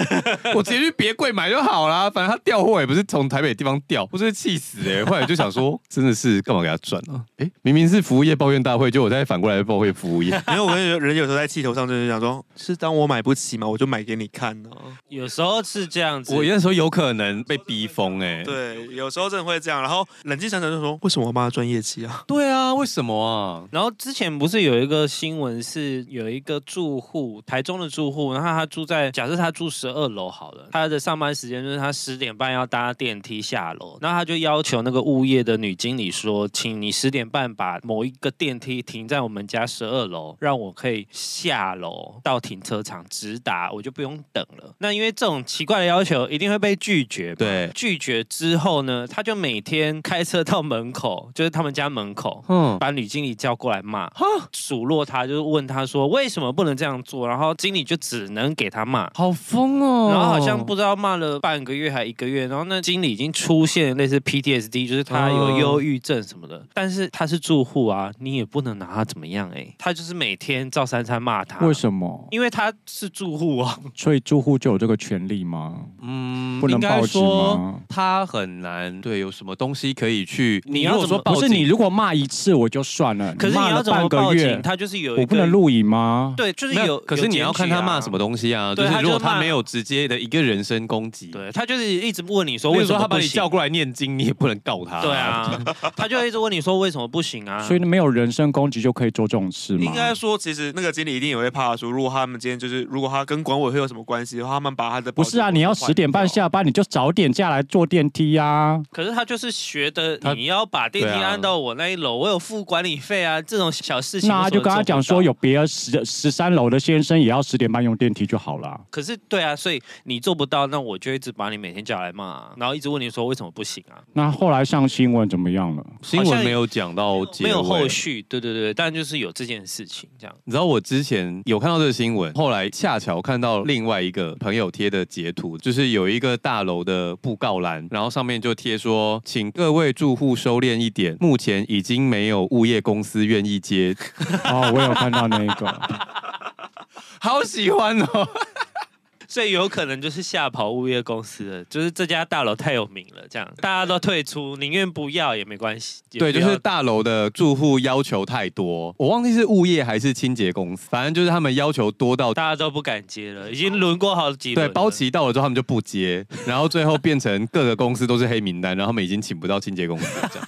Speaker 2: 我直接去别柜买就好啦。反正他调货也不是从台北地方调，我真是气死哎、欸！后来就想说，真的是干嘛给他赚 [LAUGHS] 啊？哎、明明是服务业抱怨大会，就我再反过来抱怨服务业。
Speaker 4: 因为我跟人有时候在气头上，就是想说，是当我买不起嘛，我就买给你看呢、
Speaker 1: 嗯
Speaker 3: 有时候是这样子。
Speaker 2: 我那时候有可能被逼疯哎、
Speaker 3: 欸
Speaker 4: 对，有时候真的会这样，然后冷静想想就说，为什么我妈专业气啊？
Speaker 2: 对啊，为什么啊？
Speaker 3: 然后之前不是有一个新闻是有一个住户，台中的住户，然后他住在假设他住十二楼好了，他的上班时间就是他十点半要搭电梯下楼，那他就要求那个物业的女经理说，请你十点半把某一个电梯停在我们家十二楼，让我可以下楼到停车场直达，我就不用等了。那因为这种奇怪的要求一定会被拒绝嘛，
Speaker 2: 对
Speaker 3: 拒绝之后呢，他就每天开车到门口，就是他们家门口，
Speaker 2: 嗯，
Speaker 3: 把女经理叫过来骂，数落她，就是问她说为什么不能这样做，然后经理就只能给她骂。
Speaker 2: 好疯哦、
Speaker 3: 然后好像不知道骂了半个月还一个月，然后那经理已经出现类似 PTSD，就是他
Speaker 2: 哦
Speaker 3: 有忧郁症什么的。但是他是住户啊，你也不能拿他怎么样哎、他就是每天照三餐骂他，
Speaker 1: 为什么？
Speaker 3: 因为他是住户啊。
Speaker 1: 所以住户就有这个权利吗？
Speaker 2: 嗯
Speaker 1: 不能
Speaker 2: 应该
Speaker 1: 报纸
Speaker 2: 说
Speaker 1: 吗
Speaker 2: 他很难对有什么东西可以去。
Speaker 3: 你
Speaker 2: 你
Speaker 3: 要
Speaker 2: 如果
Speaker 3: 怎
Speaker 2: 说
Speaker 3: 么
Speaker 2: 报
Speaker 1: 不
Speaker 2: 警
Speaker 1: 是你如果骂一次我就算了，
Speaker 3: 可是你
Speaker 1: 骂
Speaker 3: 要
Speaker 1: 了
Speaker 3: 怎么
Speaker 1: 半
Speaker 3: 报
Speaker 1: 个
Speaker 3: 警？
Speaker 1: 月，
Speaker 3: 他就是有一个
Speaker 1: 我不能录影吗？
Speaker 3: 对，就是
Speaker 2: 没
Speaker 3: 有。
Speaker 2: 可是你要看他骂什么
Speaker 3: 东
Speaker 2: 东西啊，
Speaker 3: 对
Speaker 2: 就是
Speaker 3: 他
Speaker 2: 如果
Speaker 3: 就骂
Speaker 2: 他没有直接的一个人身攻击，
Speaker 3: 对他就是一直问你说
Speaker 2: 例
Speaker 3: 为
Speaker 2: 如
Speaker 3: 什
Speaker 2: 说
Speaker 3: 么
Speaker 2: 他把
Speaker 3: 不
Speaker 2: 你
Speaker 3: 行
Speaker 2: 叫过来念经，你也不能告他。
Speaker 3: 对，啊，
Speaker 2: [LAUGHS]
Speaker 3: 他就一直问你说为什么不行啊？
Speaker 1: 所以没有人身攻击就可以做这种事吗？
Speaker 4: 应该说，其实那个经理一定也会怕说，如果他们今天就是，如果他跟管委会有什么关系的话，他们把他的
Speaker 1: 不是啊，你要十点半下班，你就早点下来坐电梯啊。
Speaker 3: 可是他就是学的，
Speaker 2: 他
Speaker 3: 你要把电梯
Speaker 2: 对啊
Speaker 3: 按到我那一楼，我有付管理费啊，这种小事情。
Speaker 1: 那就跟他讲说，。有别的十十三楼的先生也要十点半用电梯就好了。
Speaker 3: 可是对啊，所以你做不到，那我就一直把你每天叫来骂、啊，然后一直问你说为什么不行啊？
Speaker 1: 那后来上新闻怎么样了？
Speaker 2: 新闻没有讲到结尾
Speaker 3: 没有后续，对对对，但就是有这件事情这样。
Speaker 2: 你知道我之前有看到这个新闻，后来恰巧看到另外一个朋友贴的截图，就是有一个大楼的布告栏，然后上面就贴说，请各位住户收敛一点，目前已经没有物业公司愿意接。
Speaker 1: 哦，我有看到那个，
Speaker 2: 好喜欢哦！
Speaker 3: 所以有可能就是吓跑物业公司了，就是这家大楼太有名了，这样大家都退出，宁愿不要也没关系。也
Speaker 2: 对，
Speaker 3: 不
Speaker 2: 就
Speaker 3: 要
Speaker 2: 是大楼的住户要求太多，我忘记是物业还是清洁公司，反正就是他们要求多到。
Speaker 3: 大家都不敢接了，已经轮过好几
Speaker 2: 对，
Speaker 3: 轮了。
Speaker 2: 包齐到了之后，他们就不接， [LAUGHS] 然后最后变成各个公司都是黑名单，然后他们已经请不到清洁公司了这样。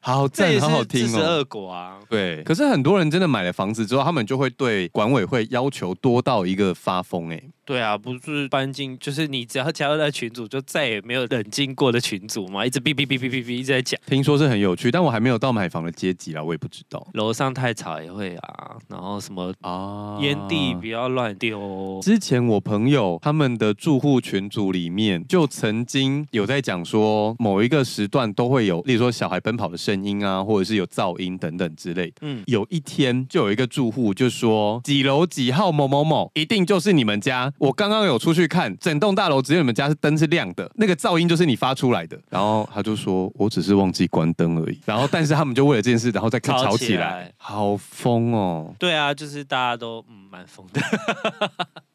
Speaker 2: 好
Speaker 3: 这也
Speaker 2: 赞，
Speaker 3: 是
Speaker 2: 好好
Speaker 3: 自
Speaker 2: 听
Speaker 3: 食
Speaker 2: 哦。
Speaker 3: 恶果啊。
Speaker 2: 对，可是很多人真的买了房子之后，他们就会对管委会要求多到一个发疯哎、
Speaker 3: 对啊，不是搬进，就是你只要加入那群组，就再也没有冷静过的群组嘛，一直哔哔哔哔哔哔一直在讲。
Speaker 2: 听说是很有趣，但我还没有到买房的阶级啦，我也不知道
Speaker 3: 楼上太吵也会啊，然后什么
Speaker 2: 啊
Speaker 3: 烟蒂不要乱丢，
Speaker 2: 之前我朋友他们的住户群组里面，就曾经有在讲说，某一个时段都会有，例如说小孩奔跑的声音啊，或者是有噪音等等之类的。
Speaker 3: 嗯，
Speaker 2: 有一天就有一个住户就说几楼几号某某某一定就是你们家，我刚刚有出去看，整栋大楼只有你们家是灯是亮的，那个噪音就是你发出来
Speaker 3: 嗯
Speaker 2: 的。然后他就说我只是忘记关灯而已。然后但是他们就为了这件事，然后再
Speaker 3: 吵
Speaker 2: 吵
Speaker 3: 起
Speaker 2: 起
Speaker 3: 来
Speaker 2: 来，好疯哦。
Speaker 3: 对啊，就是大家都嗯蛮疯 [LAUGHS] 的，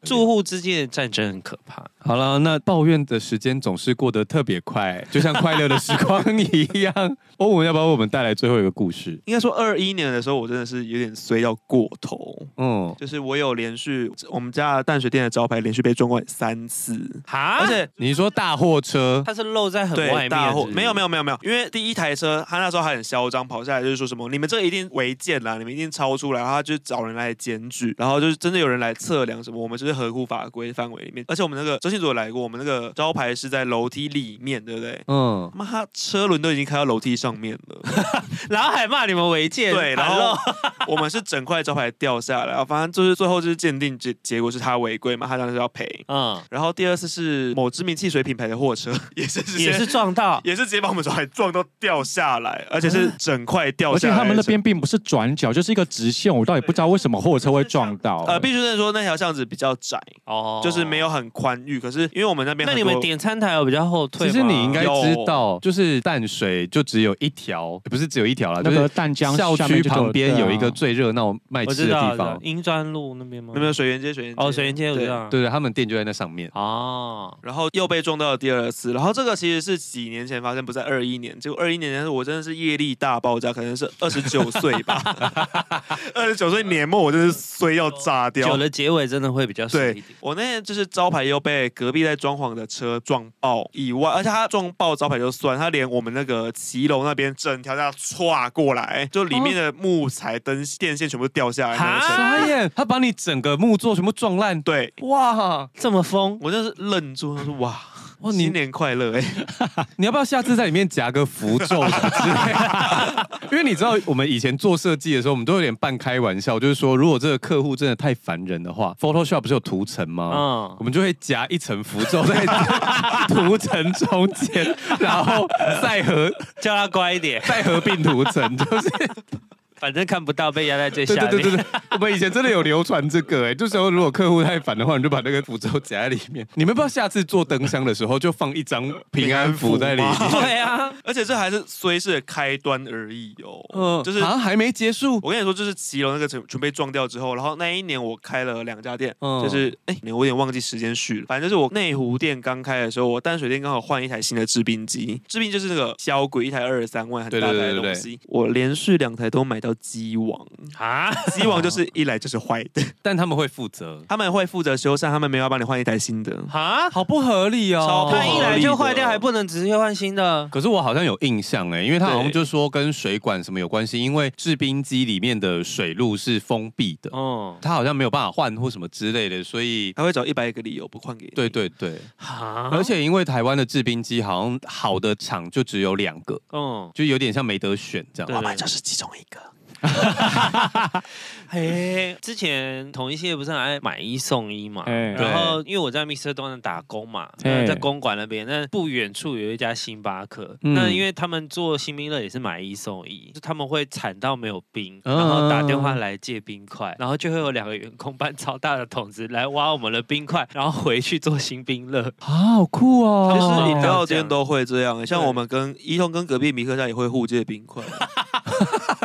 Speaker 3: 住户之间的战争很可怕。
Speaker 2: 好了，那抱怨的时间总是过得特别快，就像快乐的时光一样。
Speaker 1: [LAUGHS]
Speaker 2: 欧文要不要为我们带来最后一个故事？
Speaker 4: 应该说，二一年的时候，我真的是有点衰到过头，
Speaker 2: 嗯，
Speaker 4: 就是我有连续我们家的淡水店的招牌连续被撞坏三次。
Speaker 3: 哈，
Speaker 4: 而且
Speaker 2: 你说大货车，
Speaker 3: 它是露在很外
Speaker 4: 对，
Speaker 3: 面
Speaker 4: 大
Speaker 3: 是
Speaker 4: 货
Speaker 3: 不是，
Speaker 4: 没有没有没有没有，因为第一台车他那时候还很嚣张，跑下来就是说什么你们这个一定违建啦，你们一定超出来，然后他就找人来检举，然后就是真的有人来测量什么，我们就是合乎法规范围里面，而且我们那个周信组有来过，我们那个招牌是在楼梯里面，对不对？
Speaker 2: 嗯，
Speaker 4: 妈，他车轮都已经开到楼梯上面了，
Speaker 3: 然后还骂你们违建，
Speaker 4: 对，然
Speaker 3: Hello
Speaker 4: 后 [LAUGHS] 我们是整块招牌掉下来，然后反正就是最后就是鉴定结结果是他违规嘛，他当然是要赔。
Speaker 3: 嗯，
Speaker 4: 然后第二次是某知名汽水品牌的货车， [LAUGHS] 也是直接
Speaker 3: 也是撞到，
Speaker 4: 也是直接把我们招牌撞到掉下来，而且是
Speaker 3: 啊
Speaker 4: 整块掉
Speaker 1: 而且
Speaker 4: 下来。
Speaker 1: 他们那边并不是转角，就是一个直线，我到底
Speaker 4: 呃
Speaker 1: 不知道为什么货车会撞到。
Speaker 4: 呃，必须是说那条巷子比较窄，
Speaker 3: 哦
Speaker 4: 就是没有很宽裕，可是因为我们那边
Speaker 3: 那
Speaker 4: 很
Speaker 3: 你们
Speaker 4: 多
Speaker 3: 点餐台有比较后退
Speaker 2: 其
Speaker 3: 吗？
Speaker 2: 实你应该知
Speaker 4: 有
Speaker 2: 道，就是淡水就只有一条，欸不是只有一条啦，
Speaker 1: 那
Speaker 2: 就是
Speaker 1: 个淡江
Speaker 2: 校
Speaker 1: 下面
Speaker 2: 区
Speaker 1: 就
Speaker 2: 旁边
Speaker 1: 对啊
Speaker 2: 有一个最热闹卖
Speaker 3: 我
Speaker 2: 吃
Speaker 3: 知
Speaker 2: 的
Speaker 3: 道，
Speaker 2: 地
Speaker 3: 我知道
Speaker 2: 方，
Speaker 3: 英专路那边吗？
Speaker 4: 那边有水源街，水源街
Speaker 3: 哦，水源街我知
Speaker 4: 对
Speaker 1: 啊
Speaker 3: 道。
Speaker 2: 对对，他们店就在那上面。
Speaker 3: 哦，
Speaker 4: 然后又被撞到了第二次，然后这个其实是几年前发生，不在二一年。结果二一年我真的是业力大爆炸，可能是二十九岁
Speaker 3: [LAUGHS]
Speaker 4: 吧，二十九岁年末我真是衰要炸掉
Speaker 2: 啊
Speaker 3: 酒。的结尾真的会比较水一
Speaker 4: 对
Speaker 3: 点。
Speaker 4: 我那天就是招牌又被隔壁在装潢的车撞爆以外，而且他撞爆招牌就算，他连我们那个骑楼那边整条这样歘过来，就里面的木材灯电线全部掉下来那个
Speaker 3: 哈
Speaker 4: 程
Speaker 2: 傻
Speaker 4: 度。
Speaker 2: 眼，他把你整个木座全部撞烂。
Speaker 4: 对
Speaker 2: 哇
Speaker 3: 这么疯，
Speaker 4: 我真是愣住，他说哇，
Speaker 2: 哇，
Speaker 4: 新
Speaker 2: 你
Speaker 4: 年快乐哎、
Speaker 2: 你要不要下次在里面夹个符咒什么之类的？ [LAUGHS] 因为你知道，我们以前做设计的时候，我们都有点半开玩笑，就是说，如果这个客户真的太烦人的话，Photoshop 不是有图层吗？
Speaker 3: 嗯
Speaker 2: 我，们就会夹一层符咒在 [LAUGHS] 图层中间，然后再 [LAUGHS] 合
Speaker 3: 叫他乖一点， [LAUGHS]
Speaker 2: 再合并图层，就是
Speaker 3: 反正看不到，被压在最下
Speaker 2: 对
Speaker 3: 面。
Speaker 2: 对对对对，我们以前真的有流传这个哎、欸，这时候如果客户太烦的话，你就把那个符咒夹在里面。你们不要下次做灯箱的时候就放一张平安符在里面。
Speaker 3: [LAUGHS] 对啊，
Speaker 4: 而且这还是虽是开端而已哦。
Speaker 2: 嗯，
Speaker 4: 就是
Speaker 2: 好像还没结束，
Speaker 4: 我跟你说，就是骑楼那个准准备撞掉之后，然后那一年我开了两家店，
Speaker 2: 嗯
Speaker 4: 就是哎，我有点忘记时间序了。反正就是我内湖店刚开的时候，我淡水店刚好换一台新的制冰机，制冰就是那个小鬼一台二十三万很大
Speaker 2: 对对
Speaker 4: 台的
Speaker 2: 对对
Speaker 4: 东西，我连续两台都买到鸡王，
Speaker 3: 啊，
Speaker 4: 鸡王就是一来就是坏的， [LAUGHS]
Speaker 2: 但他们会负责，
Speaker 4: 他们会负责修缮，他们没有要帮你换一台新的。
Speaker 3: 啊！
Speaker 2: 好不合理
Speaker 4: 超
Speaker 2: 哦
Speaker 4: 不。合
Speaker 3: 它
Speaker 4: 理
Speaker 3: 一来就坏掉，还不能直接换新的。
Speaker 2: 可是我好像有印象哎、因为他好像
Speaker 4: 对
Speaker 2: 就说跟水管什么有关系，因为制冰机里面的水路是封闭的，
Speaker 3: 嗯，
Speaker 2: 他好像没有办法换或什么之类的，所以
Speaker 4: 他会找一百个理由不换给你。
Speaker 2: 对对对，
Speaker 3: 啊
Speaker 2: 而且因为台湾的制冰机好像好的厂就只有两个，
Speaker 3: 嗯，
Speaker 2: 就有点像没得选这样。
Speaker 3: 对
Speaker 4: 老板就是其中一个。
Speaker 3: 嘿，之前统一系列不是很爱买一送一嘛？
Speaker 1: 哎
Speaker 3: 然后因为我在 Mr. Donut 打工嘛，
Speaker 1: 嘿
Speaker 3: 那在公馆那边，那不远处有一家星巴克，
Speaker 2: 嗯
Speaker 3: 那因为他们做新冰乐也是买一送一，就他们会惨到没有冰，
Speaker 2: 嗯
Speaker 3: 然后打电话来借冰块，然后就会有两个员工搬超大的桶子来挖我们的冰块， [LAUGHS] 然后回去做新冰乐。
Speaker 2: 啊，好酷哦！
Speaker 4: 就是饮
Speaker 3: 你
Speaker 4: 料店都会这样、欸像
Speaker 3: 对
Speaker 4: 我们跟伊通跟隔壁米克家也会互借冰
Speaker 1: [LAUGHS]
Speaker 4: 块，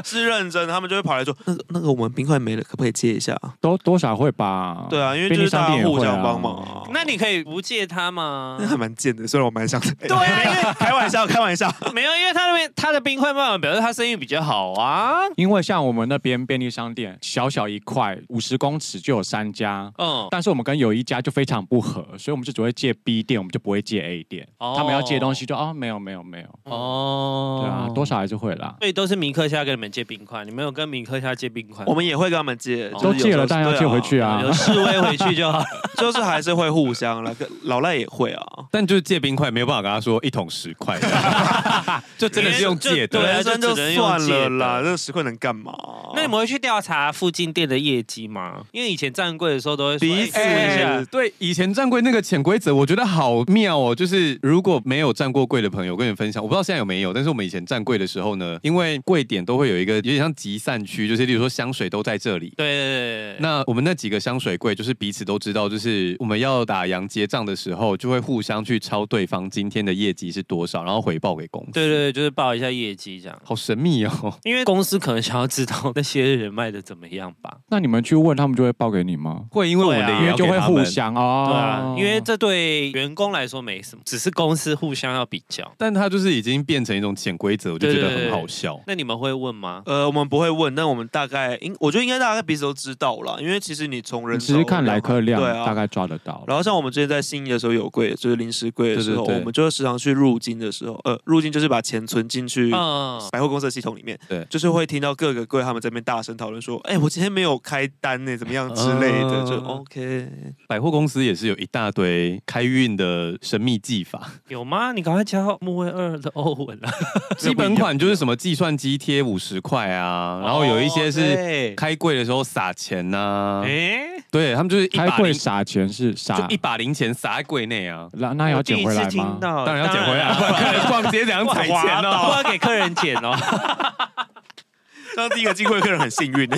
Speaker 4: 是认真的，他们就会跑来说那个那个我们冰块没了，可不可以借一下啊？
Speaker 1: 都多少会吧？
Speaker 4: 对啊，因为
Speaker 1: 哦便
Speaker 4: 就
Speaker 1: 利
Speaker 4: 是
Speaker 1: 商
Speaker 4: 大
Speaker 1: 店
Speaker 4: 家
Speaker 1: 也
Speaker 4: 互
Speaker 1: 会
Speaker 4: 相
Speaker 1: 啊
Speaker 4: 帮忙啊、
Speaker 3: 那你可以不借他吗
Speaker 4: [LAUGHS] 那？还蛮贱的，虽然我蛮
Speaker 1: [LAUGHS]
Speaker 4: 想的。
Speaker 3: 对啊，因为
Speaker 4: 开玩笑，开玩笑。
Speaker 3: 没有，因为他那边他的冰块卖完，表示他生意比较好啊。
Speaker 1: 因为像我们那边便利商店，小小一块五十公尺就有三家，
Speaker 3: 嗯，
Speaker 1: 但是我们跟有一家就非常不合，所以我们就只会借 B 店，我们就不会借 A 店。
Speaker 3: 哦
Speaker 1: 他们要借东西就哦，没有没有没有，
Speaker 2: 哦
Speaker 1: 对啊，多少还是会啦。
Speaker 3: 所以都是米克虾给你们借冰块，你们有跟米克虾借冰块吗？
Speaker 4: 我们也会跟他们借，
Speaker 1: 都
Speaker 4: 就
Speaker 1: 借
Speaker 4: 是有时候
Speaker 1: 了，但要借回去
Speaker 4: 对
Speaker 1: 啊
Speaker 3: 有。示威回去就好。
Speaker 4: 啊，就是还是会互相了。跟老赖也会
Speaker 1: [LAUGHS]
Speaker 4: 啊，
Speaker 2: 但就是借冰块没有办法跟他说一桶十块， [LAUGHS] 就真的是用借
Speaker 3: 对
Speaker 2: 的。
Speaker 3: 啊
Speaker 4: 人生
Speaker 3: 就
Speaker 4: 就
Speaker 3: 只能用
Speaker 4: 算
Speaker 3: 借
Speaker 4: 了
Speaker 3: 的
Speaker 4: 啦，这十块能干嘛？啊
Speaker 3: 那你们会去调查附近店的业绩吗？因为以前站柜的时候都会说
Speaker 4: 彼
Speaker 3: 哎
Speaker 4: 此
Speaker 3: 问一下，
Speaker 2: 对，以前站柜那个潜规则，我觉得好妙哦。就是如果没有站过柜的朋友，我跟你们分享，我不知道现在有没有，但是我们以前站柜的时候呢，因为柜点都会有一个有点像集散区，就是例如说香水都在这里，
Speaker 3: 对对对对，
Speaker 2: 那我们那几个香水柜就是彼此都知道，就是我们要打烊结账的时候，就会互相去抄对方今天的业绩是多少，然后回报给公司。
Speaker 3: 对对，对，就是报一下业绩这样。
Speaker 2: 好神秘哦。
Speaker 3: 因为公司可能想要知道那些人卖的怎么样吧，
Speaker 1: 那你们去问他们就会报给你吗？
Speaker 2: 会因为我
Speaker 3: 对
Speaker 2: 们
Speaker 3: 啊
Speaker 2: 的也
Speaker 1: 因为
Speaker 2: 要
Speaker 1: 就
Speaker 2: 给
Speaker 1: 会
Speaker 2: 他
Speaker 1: 互
Speaker 2: 们，
Speaker 1: 相
Speaker 3: 对
Speaker 1: 哦
Speaker 3: 啊，，因为这对员工来说没什么，只是公司互相要比较。
Speaker 2: 但他就是已经变成一种潜规则，我就觉得很好笑。
Speaker 3: 那你们会问吗？
Speaker 4: 呃，我们不会问，但我们大概应，我觉得应该大概彼此都知道啦，因为其实你从人
Speaker 1: 你只是
Speaker 4: 手
Speaker 1: 看来客量
Speaker 4: 对啊
Speaker 1: 大概抓得到。
Speaker 4: 然后像我们之前在信义的时候有柜，就是零食柜的时
Speaker 2: 对
Speaker 4: 候，
Speaker 2: 对对
Speaker 4: 我们就会时常去入金的时候，呃，入金就是把钱存进去
Speaker 3: 嗯，
Speaker 4: 百货公司的系统里面，
Speaker 2: 对
Speaker 4: 就是会听到各个柜他们这边大声讨论说，哎、我今天没有开单呢，怎么样之类的，
Speaker 2: 嗯
Speaker 4: 就哦 OK。
Speaker 2: 百货公司也是有一大堆开运的神秘技 [LAUGHS] 法，
Speaker 3: 有吗？你赶快教木卫二的欧文啊！
Speaker 2: 基本款就是什么计算机贴五十块啊，然后有一些是
Speaker 3: 是
Speaker 2: 开柜的时候撒钱呐、
Speaker 3: 哦哎，
Speaker 2: 对他们就是一
Speaker 1: 开
Speaker 2: 把
Speaker 1: 柜
Speaker 2: 零
Speaker 1: 撒钱是
Speaker 2: 就
Speaker 1: 撒
Speaker 2: 一，把零钱撒在柜内啊。
Speaker 1: 那那也要
Speaker 3: 我第
Speaker 1: 捡
Speaker 3: 一
Speaker 1: 回
Speaker 3: 次
Speaker 1: 来
Speaker 3: 听
Speaker 1: 吗？
Speaker 3: 到，
Speaker 2: 当然要捡哦啊 [LAUGHS] 回来，不然逛街怎样
Speaker 3: 哇
Speaker 2: 踩钱哦？
Speaker 3: [LAUGHS] 不要给客人捡哦。
Speaker 4: 刚刚第一个进会的客人很幸运呢、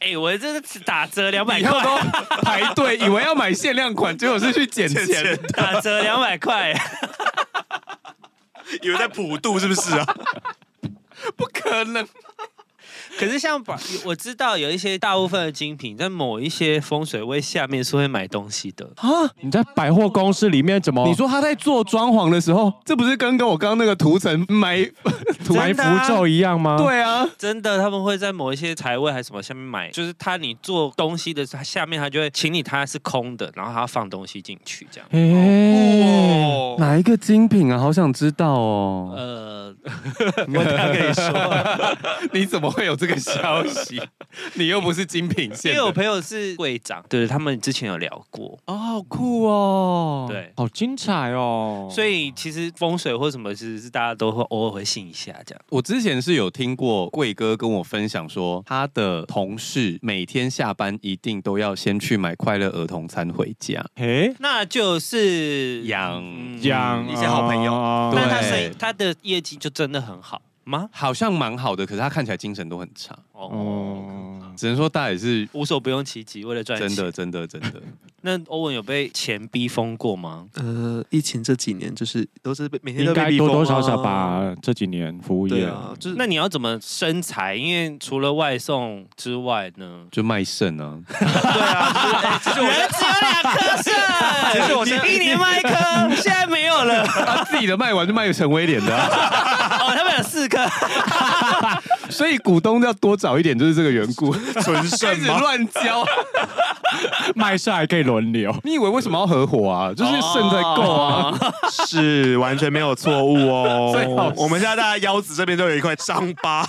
Speaker 3: 哎、我这是打折两百
Speaker 2: 以后
Speaker 3: 块，
Speaker 2: 都排队，以为要买限量款，结果是去捡
Speaker 4: 捡
Speaker 2: 钱 [LAUGHS]
Speaker 4: 钱。
Speaker 3: 打折两百块，
Speaker 4: [LAUGHS] 以为在普渡是不是啊？
Speaker 2: 不可能，
Speaker 3: [LAUGHS] 可是像把我知道有一些大部分的精品，在某一些风水位下面是会买东西的。
Speaker 1: 你在百货公司里面怎么
Speaker 2: 你说他在做装潢的时候，这不是跟跟我刚刚那个涂层埋涂
Speaker 1: 埋
Speaker 3: 真的啊
Speaker 1: 符咒一样吗？，
Speaker 2: 对啊，
Speaker 3: 真的，他们会在某一些财位还是什么下面买，就是他你做东西的时候，他下面他就会请你，它是空的，然后他要放东西进去这样。
Speaker 1: 哎、
Speaker 4: 哦
Speaker 2: 哪一个精品啊？好想知道哦。
Speaker 3: 呃，我等下 [LAUGHS] 跟你说，
Speaker 2: [LAUGHS] 你怎么会有这个消 [LAUGHS] 息？你又不是精品
Speaker 3: 因
Speaker 2: 线
Speaker 3: 为我
Speaker 2: 的。
Speaker 3: 朋友是会长，对他们之前有聊过，
Speaker 1: 哦，好酷哦，
Speaker 3: 对
Speaker 1: 好精彩哦，
Speaker 3: 所以其实风水或什么，其实是大家都会偶尔会信一下这样。
Speaker 2: 我之前是有听过贵哥跟我分享说，他的同事每天下班一定都要先去买快乐儿童餐回家，
Speaker 1: 哎，
Speaker 3: 那就是嗯
Speaker 2: 养
Speaker 1: 讲
Speaker 3: 啊
Speaker 4: 嗯一些好朋友
Speaker 1: 哦
Speaker 3: 那他
Speaker 2: 对
Speaker 3: 生意他的业绩就真的很好吗？
Speaker 2: 好像蛮好的，可是他看起来精神都很差，
Speaker 3: 哦，
Speaker 1: 哦，
Speaker 2: 只能说大家也是
Speaker 3: 无所不用其极，为了赚钱。
Speaker 2: 真的，真的，真 [LAUGHS] 的。？
Speaker 3: 那欧文有被钱逼疯过吗？
Speaker 4: [LAUGHS] 呃，疫情这几年就是都是被每天
Speaker 1: 应
Speaker 4: 都被
Speaker 1: 该
Speaker 4: 逼
Speaker 1: 多
Speaker 4: 疯
Speaker 1: 多少
Speaker 4: 啊
Speaker 1: 少。吧，这几年服务
Speaker 4: 对
Speaker 1: 业。
Speaker 4: 啊，就是
Speaker 3: 那你要怎么生财？因为除了外送之外呢
Speaker 2: [LAUGHS] 就卖肾啊，
Speaker 4: 对啊，就是哎其实我
Speaker 3: 人只有两颗肾，其实我 [LAUGHS] 一年卖一颗，现在没有了。
Speaker 2: 他自己的卖完就卖成威廉的 [LAUGHS] 啊、
Speaker 3: 哦，他们有四颗，
Speaker 2: 所以股东要多找一点，就是这个缘 [LAUGHS] 故。
Speaker 4: 纯
Speaker 2: 开
Speaker 4: 肾
Speaker 2: 始
Speaker 4: 吗？
Speaker 2: 乱交，
Speaker 1: 卖肾还可以轮流，
Speaker 2: 你以为为什么要合伙啊？就是肾才够啊。
Speaker 3: [LAUGHS]
Speaker 4: [LAUGHS] 是完全没有错误
Speaker 2: 最好
Speaker 4: 哦。
Speaker 2: 是
Speaker 4: 我们现在大家腰子这边都有一块伤 [LAUGHS] 疤。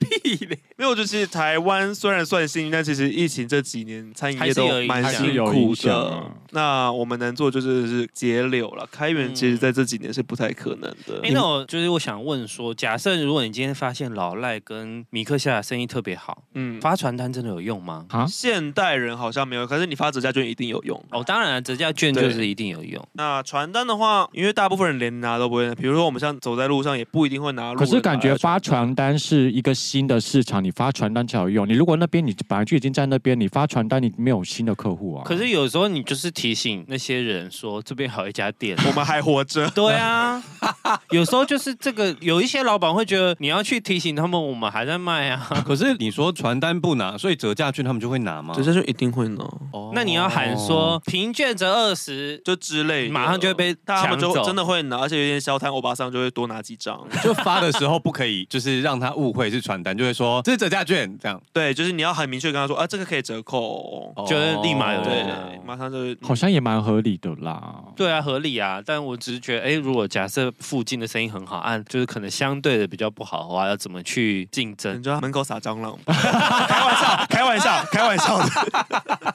Speaker 2: 屁嘞！
Speaker 4: 没有，就是台湾虽然算幸运，但其实疫情这几年餐饮业都蛮
Speaker 3: 还是
Speaker 4: 辛
Speaker 1: 有
Speaker 4: 苦
Speaker 1: 影响
Speaker 4: 的。那我们能做就是是节流了，开源其实在这几年是不太可能的。
Speaker 3: 哎、那我就是我想问说，假设如果你今天发现老赖跟米克夏的生意特别好，
Speaker 4: 嗯，
Speaker 3: 发传单真的有用吗？
Speaker 1: 啊
Speaker 4: 现代人好像没有，可是你发折价券一定有用。
Speaker 3: 哦，当然了，折价券就是一定有用。
Speaker 4: 那传单的话，因为大部分人连拿都不会，比如说我们像走在路上也不一定会拿路人
Speaker 1: 可
Speaker 4: 拿来
Speaker 1: 是
Speaker 4: 传单。
Speaker 1: 感觉发传单是一个新的市场，你发传单才有用。你如果那边你本来就已经在那边，你发传单你没有新的客户啊。
Speaker 3: 可是有时候你就是提醒那些人说，这边还有一家店。，
Speaker 4: 我们还活着
Speaker 3: [LAUGHS] 对啊， [LAUGHS] 有时候就是这个，有一些老板会觉得你要去提醒他们，我们还在卖啊。
Speaker 2: 可是你说传单不拿，所以折价券他们就会拿吗？
Speaker 4: 折价券一定会拿，
Speaker 2: 哦
Speaker 3: 那你要喊说平券折二十，
Speaker 4: 就之类的，
Speaker 3: 马上就会被
Speaker 4: 大家他们
Speaker 3: 抢
Speaker 4: 就
Speaker 3: 走
Speaker 4: 真的会拿，而且有点小摊欧巴桑就会多拿
Speaker 3: [LAUGHS]
Speaker 4: 几张。
Speaker 2: [LAUGHS] 就发的时候不可以，就是让他误会是传单，就会说这是折价券这样，
Speaker 4: 对，就是你要很明确跟他说啊，这个可以折扣哦。
Speaker 3: 就是立马有
Speaker 4: 对
Speaker 3: 人
Speaker 2: 哦
Speaker 3: 拿
Speaker 4: 对，马上就
Speaker 1: 好像也蛮合理的啦。
Speaker 3: 对啊，合理啊。但我只是觉得，哎，如果假设附近的生意很好，按就是可能相对的比较不好的话，要怎么去竞
Speaker 4: 你
Speaker 3: 争？
Speaker 4: 就在门口撒蟑螂吧，开玩笑，啊开玩笑，开玩笑的。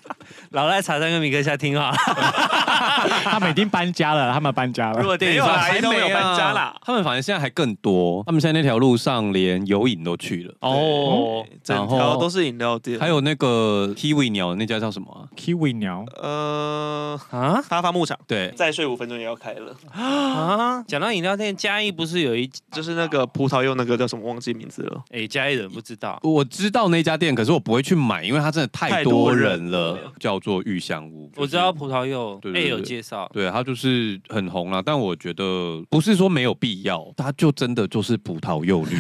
Speaker 3: 老赖茶山跟米克夏听好，
Speaker 1: [LAUGHS] 他们已经搬家了，他们搬家
Speaker 3: 如
Speaker 1: 了。
Speaker 3: 果店
Speaker 4: 没
Speaker 3: 里
Speaker 4: 有啦
Speaker 3: 发
Speaker 4: 还没有搬家啦。
Speaker 2: 啊他们反正现在还更多，他们现在那条路上连游影都去了，
Speaker 3: 哦，
Speaker 4: 整
Speaker 2: 然后
Speaker 4: 条都是饮料店，
Speaker 2: 还有那个 Kiwi 鸟的那家叫什么啊？
Speaker 1: Kiwi 鸟，
Speaker 4: 呃，
Speaker 3: 啊
Speaker 4: 发发牧场
Speaker 2: 对，
Speaker 4: 再睡五分钟也要开了，
Speaker 3: 啊！讲到饮料店，嘉义不是有一
Speaker 4: 就是那个葡萄柚那个叫什么忘记名字了，
Speaker 3: 哎，嘉义人不知道
Speaker 2: 我知道那家店，可是我不会去买，因为它真的太多人了，
Speaker 4: 太多人
Speaker 2: 叫做玉香屋。
Speaker 3: 我知道。葡萄柚，
Speaker 2: 对对
Speaker 3: 哎
Speaker 2: 对
Speaker 3: 有介绍， [LAUGHS]
Speaker 2: 对，它就是很红啦，但我觉得不是说没有必要，它就真的就是葡萄柚绿。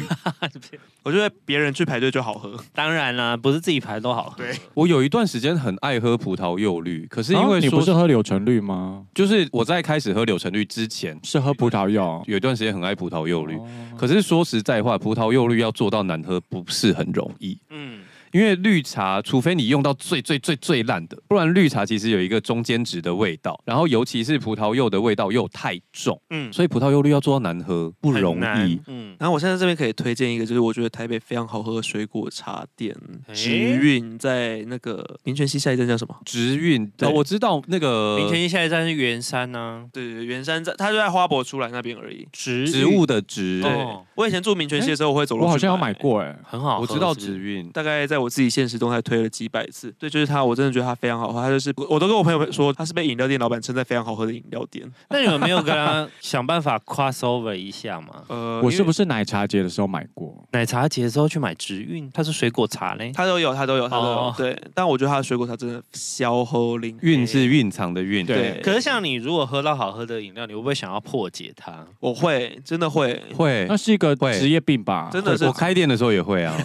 Speaker 4: 我觉得别人去排队就好喝，
Speaker 3: 当然啦，不是自己排都好喝。
Speaker 4: 对
Speaker 2: [LAUGHS] 我有一段时间很爱喝葡萄柚绿，可是因
Speaker 1: 啊
Speaker 2: 为
Speaker 1: 你
Speaker 2: 说
Speaker 1: 不是喝柳橙绿吗？
Speaker 2: 就是我在开始喝柳橙绿之前，
Speaker 1: 是喝葡萄柚。
Speaker 2: 有一段时间很爱葡萄柚绿。
Speaker 1: 哦
Speaker 2: 可是说实在话，葡萄柚绿要做到难喝不是很容易，
Speaker 3: 嗯，
Speaker 2: 因为绿茶，除非你用到最最最最烂的，不然绿茶其实有一个中间值的味道，然后尤其是葡萄柚的味道又太重，
Speaker 3: 嗯，
Speaker 2: 所以葡萄柚绿要做到难喝不
Speaker 3: 很
Speaker 2: 容
Speaker 3: 难
Speaker 2: 易。。
Speaker 3: 嗯，
Speaker 4: 然后我现在这边可以推荐一个，就是我觉得台北非常好喝的水果茶店，
Speaker 3: 诶
Speaker 4: 直运在那个民权西下一站叫什么？
Speaker 2: 直运，
Speaker 4: 对
Speaker 2: 哦我知道那个
Speaker 3: 明天下一站是圆山啊呢，
Speaker 4: 对对，对圆山站，它就在花博出来那边而已。
Speaker 3: 植
Speaker 2: 植物的植，
Speaker 4: 对
Speaker 3: 哦，
Speaker 4: 我以前住民权西的时候，我会走路。
Speaker 1: 我好像有买，过哎、
Speaker 3: 很好喝，
Speaker 2: 我知道
Speaker 3: 是不是
Speaker 2: 直运。
Speaker 4: 大概在我自己现实动态推了几百次。对，就是它，我真的觉得它非常好喝。它就是我都跟我朋友们说，它是被饮料店老板称赞非常好喝的饮料店。
Speaker 3: 那你们没有跟他想办法 cross over 一下
Speaker 2: [LAUGHS]
Speaker 3: 吗？
Speaker 4: 呃，
Speaker 1: 我是不
Speaker 4: 是
Speaker 1: 是奶茶节的时候买过？
Speaker 3: 奶茶节的时候去买直运，它是水果茶嘞。
Speaker 4: 它都有，它都有，它都有。
Speaker 3: 哦
Speaker 4: 对，但我觉得它的水果茶真的消齁灵。
Speaker 2: 蕴是蕴藏的蕴，
Speaker 1: 对
Speaker 3: [LAUGHS] 可是像你如果喝到好喝的饮料，你会不会想要破解它？
Speaker 4: 我会，真的会，
Speaker 2: 会
Speaker 1: 那。是一个
Speaker 2: 会
Speaker 1: 职业病吧？
Speaker 4: 真的是
Speaker 2: 我开店的时候也会啊，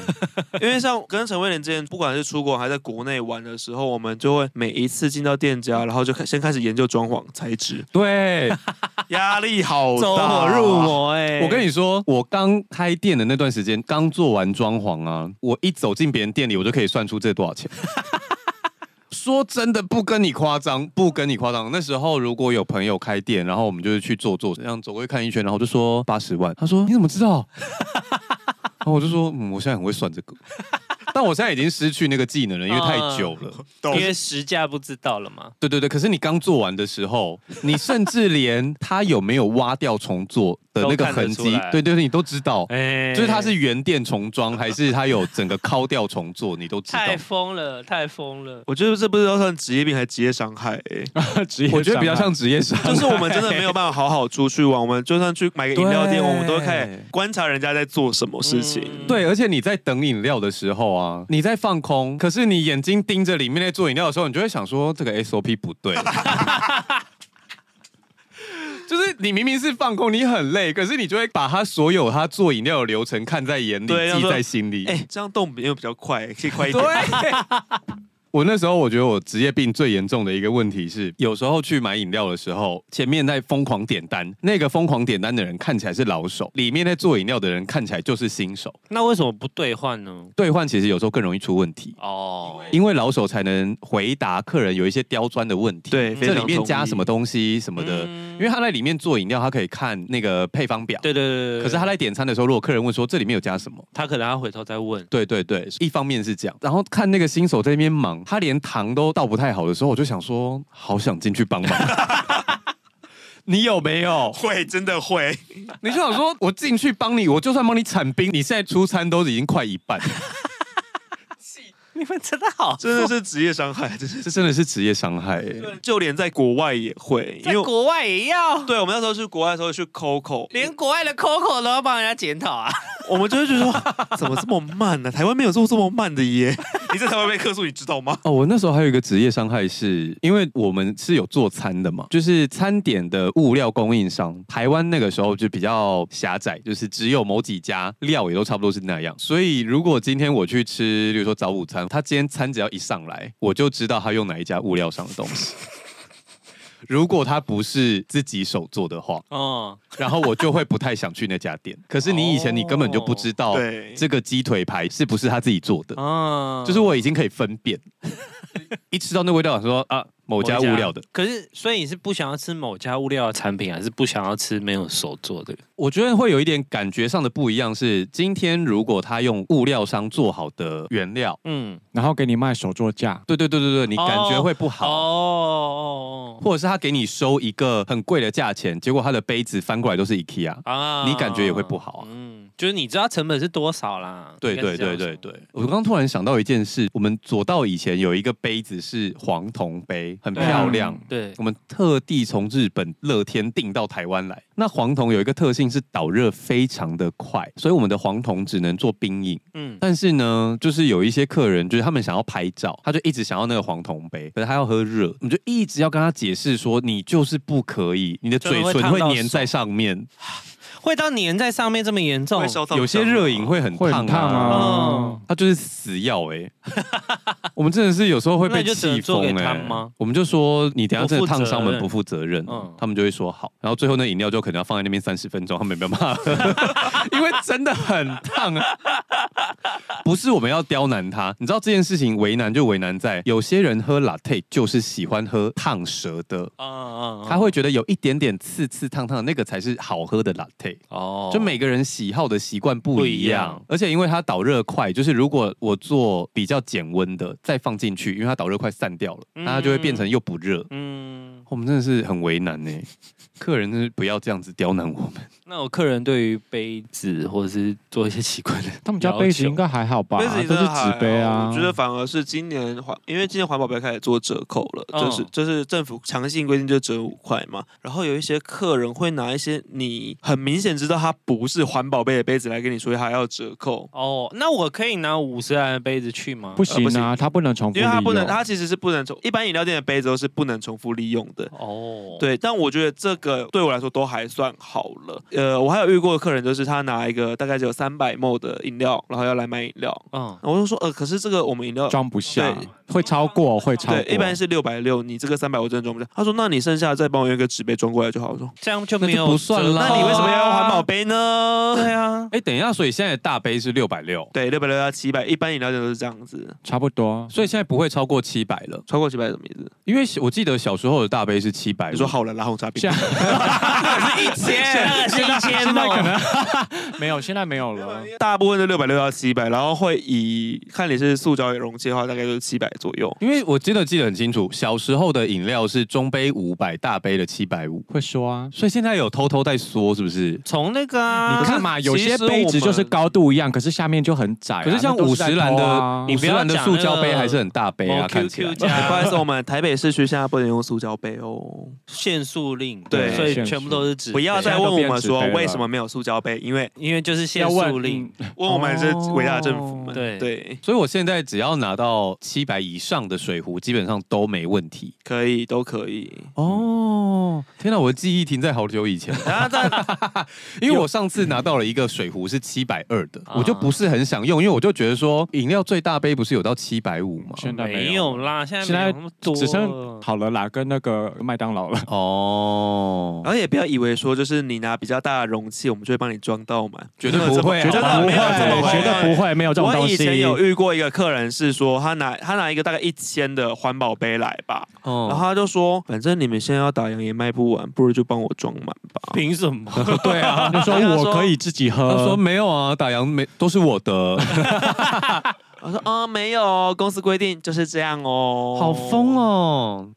Speaker 4: 因为像跟陈威廉之前，不管是出国还是在国内玩的时候，我们就会每一次进到店家，然后就开先开始研究装潢材质，
Speaker 2: 对，
Speaker 4: 压力
Speaker 1: [LAUGHS]
Speaker 4: 好大。
Speaker 3: 走火入魔哎、
Speaker 2: 啊我跟你说，我刚开店的那段时间，刚做完装潢啊，我一走进别人店里，我就可以算出这多少
Speaker 3: [LAUGHS]
Speaker 2: 钱。说真的，不跟你夸张，不跟你夸张。那时候如果有朋友开店，然后我们就是去坐坐，这样走过去看一圈，然后我就说八十万，他说你怎么知
Speaker 3: [LAUGHS]
Speaker 2: 道？然后我就说，嗯，我现在很会算这个，但我现在已经失去那个技能了，因为太久了。
Speaker 3: 因为实价不知道了嘛。
Speaker 2: 对对对，可是你刚做完的时候，你甚至连他有没有挖掉重做的那个
Speaker 3: [LAUGHS] 都看得
Speaker 2: 痕
Speaker 3: 出
Speaker 2: 迹
Speaker 3: 来，
Speaker 2: 对对对，你都知道。
Speaker 3: 哎、
Speaker 2: 就是它是原店重装，还是它有整个敲掉重做，你都知道
Speaker 3: 太。疯了，太疯了。
Speaker 4: 我觉得这不知道算职业病还是职业伤害、欸，
Speaker 1: [LAUGHS] 职业
Speaker 2: 我觉得
Speaker 1: 伤
Speaker 2: 比较
Speaker 1: 害
Speaker 2: 像职业伤害
Speaker 4: 就是我们真的没有办法好好出去玩，我们就算去买个饮料店，
Speaker 2: 对
Speaker 4: 我们都会开始观察人家在做什么事情。
Speaker 3: 嗯
Speaker 2: [LAUGHS] 对，而且你在等饮料的时候啊，你在放空，可是你眼睛盯着里面在做饮料的时候，你就会想说这个 SOP 不对。 [LAUGHS] 就是你明明是放空，你很累，可是你就会把他所有他做饮料的流程看在眼里，
Speaker 4: 对
Speaker 2: 记在心里。
Speaker 4: 哎、这样动没有比较快、可以快一点。
Speaker 2: 嗯对。 [LAUGHS] 我那时候我觉得我职业病最严重的一个问题是，有时候去买饮料的时候，前面在疯狂点单，那个疯狂点单的人看起来是老手，里面在做饮料的人看起来就是新手。
Speaker 3: 那为什么不兑换呢？
Speaker 2: 兑换其实有时候更容易出问题，
Speaker 3: 哦，
Speaker 2: 因为老手才能回答客人有一些刁钻的问题。，
Speaker 4: 对，非
Speaker 2: 这
Speaker 4: 常
Speaker 2: 里面加
Speaker 4: 同意
Speaker 2: 什么？东西什么的，
Speaker 3: 嗯
Speaker 2: 因为他在里面做饮料，他可以看那个配方表。
Speaker 3: 对对对对对
Speaker 2: 可是他在点餐的时候，如果客人问说这里面有加什么，
Speaker 3: 他可能要回头再问。
Speaker 2: 对对对，一方面是这样，然后看那个新手在那边忙，他连糖都倒不太好的时候，我就想说，好想进去帮忙。 [LAUGHS] 你有没有？
Speaker 4: 会，真
Speaker 2: [LAUGHS]
Speaker 4: 的会。
Speaker 2: 你就想说，我进去帮你，我就算帮你铲冰，你现在出餐都已经快一半，
Speaker 3: 你们真的好，
Speaker 4: 真的是职业伤害，真
Speaker 2: [LAUGHS]
Speaker 4: 是。
Speaker 2: 这真的是职业伤害、欸。
Speaker 4: 就连在国外也会，因
Speaker 3: 在
Speaker 4: 为我
Speaker 3: 国外也要，
Speaker 4: 对我们那时候去国外的时候去
Speaker 2: [LAUGHS]
Speaker 4: Coco，
Speaker 3: 连国外的 Coco 都要帮人家检讨啊。
Speaker 4: 我们就会觉得说怎么这么慢啊呢、台湾没有做这么慢
Speaker 2: [LAUGHS]
Speaker 4: 的耶，你在台湾被客诉，你知道吗？
Speaker 2: 哦，我那时候还有一个职业伤害是，因为我们是有做餐的嘛，就是餐点的物料供应商，台湾那个时候就比较狭窄，就是只有某几家料也都差不多是那样。所以如果今天我去吃，比如说早午餐，他今天餐只要一上来，我就知道他用哪一家物料上的东西。如果他不是自己手做的话，
Speaker 3: 哦，
Speaker 2: 然后我就会不太想去那家店。可是你以前你根本就不知道
Speaker 4: 哦对
Speaker 2: 这个鸡腿排是不是他自己做的，
Speaker 3: 哦
Speaker 2: 就是我已经可以分
Speaker 3: [LAUGHS]
Speaker 2: 辨，一吃到那味道，想说啊，某家物料的。。
Speaker 3: 可是，所以你是不想要吃某家物料的产品，还是不想要吃没有手做的？
Speaker 2: 我觉得会有一点感觉上的不一样是，今天如果他用物料商做好的原料，
Speaker 3: 嗯，
Speaker 1: 然后给你卖手作架，
Speaker 2: 对对对对对，你感觉会不
Speaker 3: 哦
Speaker 2: 好。
Speaker 3: 哦
Speaker 2: 或者是他给你收一个很贵的价钱，结果他的杯子翻过来都是 IKEA，
Speaker 3: 哦啊
Speaker 2: 你感觉也会不好啊
Speaker 3: 嗯，就是你知道成本是多少啦。
Speaker 2: 对
Speaker 3: 应该
Speaker 2: 对
Speaker 3: 是这样
Speaker 2: 对
Speaker 3: 说
Speaker 2: 对对，，我刚刚突然想到一件事，我们左道以前有一个杯子是黄铜杯，很
Speaker 3: 对啊
Speaker 2: 漂亮。
Speaker 3: 对
Speaker 2: 我们特地从日本乐天订到台湾来。那黄铜有一个特性是导热非常的快，所以我们的黄铜只能做冰饮。
Speaker 3: 嗯，
Speaker 2: 但是呢，就是有一些客人，就是他们想要拍照，他就一直想要那个黄铜杯，可是他要喝热，我们就一直要跟他解释说，你就是不可以，你的嘴
Speaker 3: 真
Speaker 2: 唇
Speaker 3: 的会
Speaker 2: 会
Speaker 3: 烫到
Speaker 2: 粘在上面，
Speaker 3: 会到粘在上面这么严重
Speaker 4: 会？烧到
Speaker 2: 有些热饮会很
Speaker 1: 嗯会
Speaker 2: 烫
Speaker 1: 很烫
Speaker 2: 啊。
Speaker 1: 啊
Speaker 3: 哦。
Speaker 2: 他就是死要哎、 [LAUGHS] 我们真的是有时候会
Speaker 3: 那
Speaker 2: 被
Speaker 3: 你就只
Speaker 2: 气
Speaker 3: 能做
Speaker 2: 疯
Speaker 3: 给
Speaker 2: 哎、
Speaker 3: 他们吗
Speaker 2: 我们就说你等一下真的烫伤，我们
Speaker 3: 不
Speaker 2: 不负责任，
Speaker 3: 嗯
Speaker 2: 他们就会说好，然后最后那饮料就可能要放在那边三十分钟，他们也没有办法 [LAUGHS] 喝，因为真的很烫啊。不是我们要刁难他，你知道这件事情为难就为难在有些人喝 latte 就是喜欢喝烫舌的。
Speaker 3: 嗯嗯嗯
Speaker 2: 他会觉得有一点点刺刺烫烫的那个才是好喝的 latte，
Speaker 3: 哦
Speaker 2: 就每个人喜好的习惯不一
Speaker 3: 不一
Speaker 2: 样，
Speaker 3: 样
Speaker 2: 而且因为它导热快，就是如果我做比较减温的再放进去，因为它导热快散掉了，
Speaker 3: 嗯
Speaker 2: 那它就会变成又不热。哦
Speaker 3: 嗯，
Speaker 2: 我们真的是很为难 [LAUGHS] 呢、客人真是不要这样子刁难我们。
Speaker 3: 那我客人对于杯子或者是做一些奇怪的，
Speaker 1: 他们家杯己应该还好吧？
Speaker 4: 杯子里
Speaker 1: 都
Speaker 4: 真
Speaker 1: 是
Speaker 4: 的还
Speaker 1: 纸杯
Speaker 4: 好
Speaker 1: 啊。
Speaker 4: 我觉得反而是今年环，因为今年环保杯开始做折扣了，
Speaker 3: 嗯
Speaker 4: 就是就是政府强性规定就折五块嘛。然后有一些客人会拿一些你很明显知道它不是环保杯的杯子来跟你说它要折扣，
Speaker 3: 哦，那我可以拿五十元的杯子去吗？
Speaker 1: 不行
Speaker 4: 呃不
Speaker 1: 啊，
Speaker 4: 行
Speaker 1: 它不能重复
Speaker 4: 因为它
Speaker 1: 利
Speaker 4: 不能，
Speaker 1: 用
Speaker 4: 它其实是不能重，一般饮料店的杯子都是不能重复利用的。
Speaker 3: 哦，，
Speaker 4: 对，但我觉得这个对我来说都还算好了。呃，我还有遇过的客人，就是他拿一个大概只有三百 ml 的饮料，然后要来买饮料，
Speaker 3: 嗯，
Speaker 4: 我就说，呃，可是这个我们饮料
Speaker 1: 装不下
Speaker 4: 对，
Speaker 1: 会超过，会超过。
Speaker 4: 对，一般是六百六，你这个三百我真的装不下。他说，那你剩下的再帮我用一个纸杯装过来就好。我说，
Speaker 3: 这样就
Speaker 2: 那
Speaker 3: 没
Speaker 2: 就
Speaker 3: 有
Speaker 2: 不算
Speaker 3: 折扣
Speaker 2: 啦
Speaker 3: 啊
Speaker 4: 那你为什么要用环保杯呢？
Speaker 3: 对啊，
Speaker 2: [LAUGHS] 哎，等一下，所以现在的大杯是六百六，
Speaker 4: 对，六百六到七百，一般饮料店都是这样子，
Speaker 1: 差不多。
Speaker 2: 所以现在不会超过七百了，
Speaker 4: 超过七百什么意思？
Speaker 2: 因为我记得小时候的大杯是七百。
Speaker 4: 你说好了，拉红茶冰
Speaker 1: 现。在
Speaker 3: [LAUGHS] 一千，那个是一千哦，
Speaker 1: [LAUGHS] 没有，现在没有了。
Speaker 4: [LAUGHS] 大部分是六百六到七百，然后会以看你是塑胶容器的话，大概就是七百左
Speaker 1: [LAUGHS]
Speaker 4: 右。
Speaker 2: 因为我真的记得很清楚，小时候的饮料是中杯五百，大杯的七百五，
Speaker 1: 会说啊，
Speaker 2: 所以现在有偷偷在缩，是不是？
Speaker 3: [LAUGHS] 从那个啊，
Speaker 1: 你看嘛，有些杯子就是高度一样，可是下面就很窄啊。
Speaker 2: 可是像
Speaker 1: 那都
Speaker 2: 五
Speaker 1: 在
Speaker 2: 十兰
Speaker 1: 偷
Speaker 2: 的
Speaker 1: 啊
Speaker 2: 五十兰的塑胶杯还是很大杯啊，
Speaker 3: 某
Speaker 2: 看起来
Speaker 3: QQ 加
Speaker 1: 哎
Speaker 4: 不好意思，我们台北市区现在不能用塑胶杯哦，
Speaker 3: 限塑令，
Speaker 4: 对
Speaker 3: 所以
Speaker 1: 限塑
Speaker 3: 全部都是纸杯，
Speaker 4: 不要
Speaker 1: 现
Speaker 4: 再
Speaker 1: 在
Speaker 4: 问
Speaker 1: 都
Speaker 4: 我
Speaker 1: 变
Speaker 4: 们
Speaker 1: 纸
Speaker 4: 说
Speaker 1: 杯了
Speaker 4: 为什么没有塑胶杯，因为
Speaker 3: 因为就是限
Speaker 1: 要
Speaker 3: 塑
Speaker 1: 问
Speaker 3: 令，
Speaker 1: 嗯
Speaker 4: 问我们是
Speaker 1: 哦
Speaker 4: 伟大的政府们。
Speaker 3: 对
Speaker 4: 对，
Speaker 2: 所以我现在只要拿到七百以上的水壶，基本上都没问题。
Speaker 4: 可以，都可以。
Speaker 2: 哦，天哪，我的记忆停在好久
Speaker 4: [LAUGHS]
Speaker 2: 以前，
Speaker 4: 然后再
Speaker 2: [LAUGHS] 因为我上次拿到了一个水壶是七百二的，
Speaker 3: 啊
Speaker 2: 我就不是很想用，因为我就觉得说饮料最大杯不是有到七百五
Speaker 4: [LAUGHS]
Speaker 2: 吗？
Speaker 1: 现在
Speaker 3: 哦没
Speaker 1: 没
Speaker 3: 有
Speaker 1: 有，
Speaker 3: 啦，现在
Speaker 1: 现
Speaker 3: 没有
Speaker 1: 在
Speaker 3: 那么多，
Speaker 1: 只剩好了啦，跟那个麦当劳了。
Speaker 2: 哦
Speaker 4: 然，后也不要以为说就是你拿比较大的容器，我们就会帮你装到满。
Speaker 2: 绝对不会，
Speaker 4: 绝对
Speaker 2: 好吧
Speaker 4: 不
Speaker 1: 不
Speaker 4: 会
Speaker 1: 会，绝对不会，没有这种
Speaker 4: 我
Speaker 1: 东
Speaker 4: 以前有
Speaker 1: 西。
Speaker 4: 遇过一个客人是说，他拿他拿一个大概一千的环保杯来吧，
Speaker 2: 哦
Speaker 4: 然后他就说，反正你们现在要打烊也卖不完，不如就帮我装满吧。
Speaker 3: [LAUGHS] 凭什么？
Speaker 2: [LAUGHS] 对
Speaker 4: [LAUGHS]
Speaker 2: 啊，
Speaker 1: 就
Speaker 4: 跟他
Speaker 1: 说
Speaker 4: 说
Speaker 1: 我可以自己喝，
Speaker 2: 他说没有啊，打烊没都是我
Speaker 4: [LAUGHS]
Speaker 2: 的，
Speaker 4: 我说啊、没有哦，公司规定就是这样哦。
Speaker 2: 好疯！哦。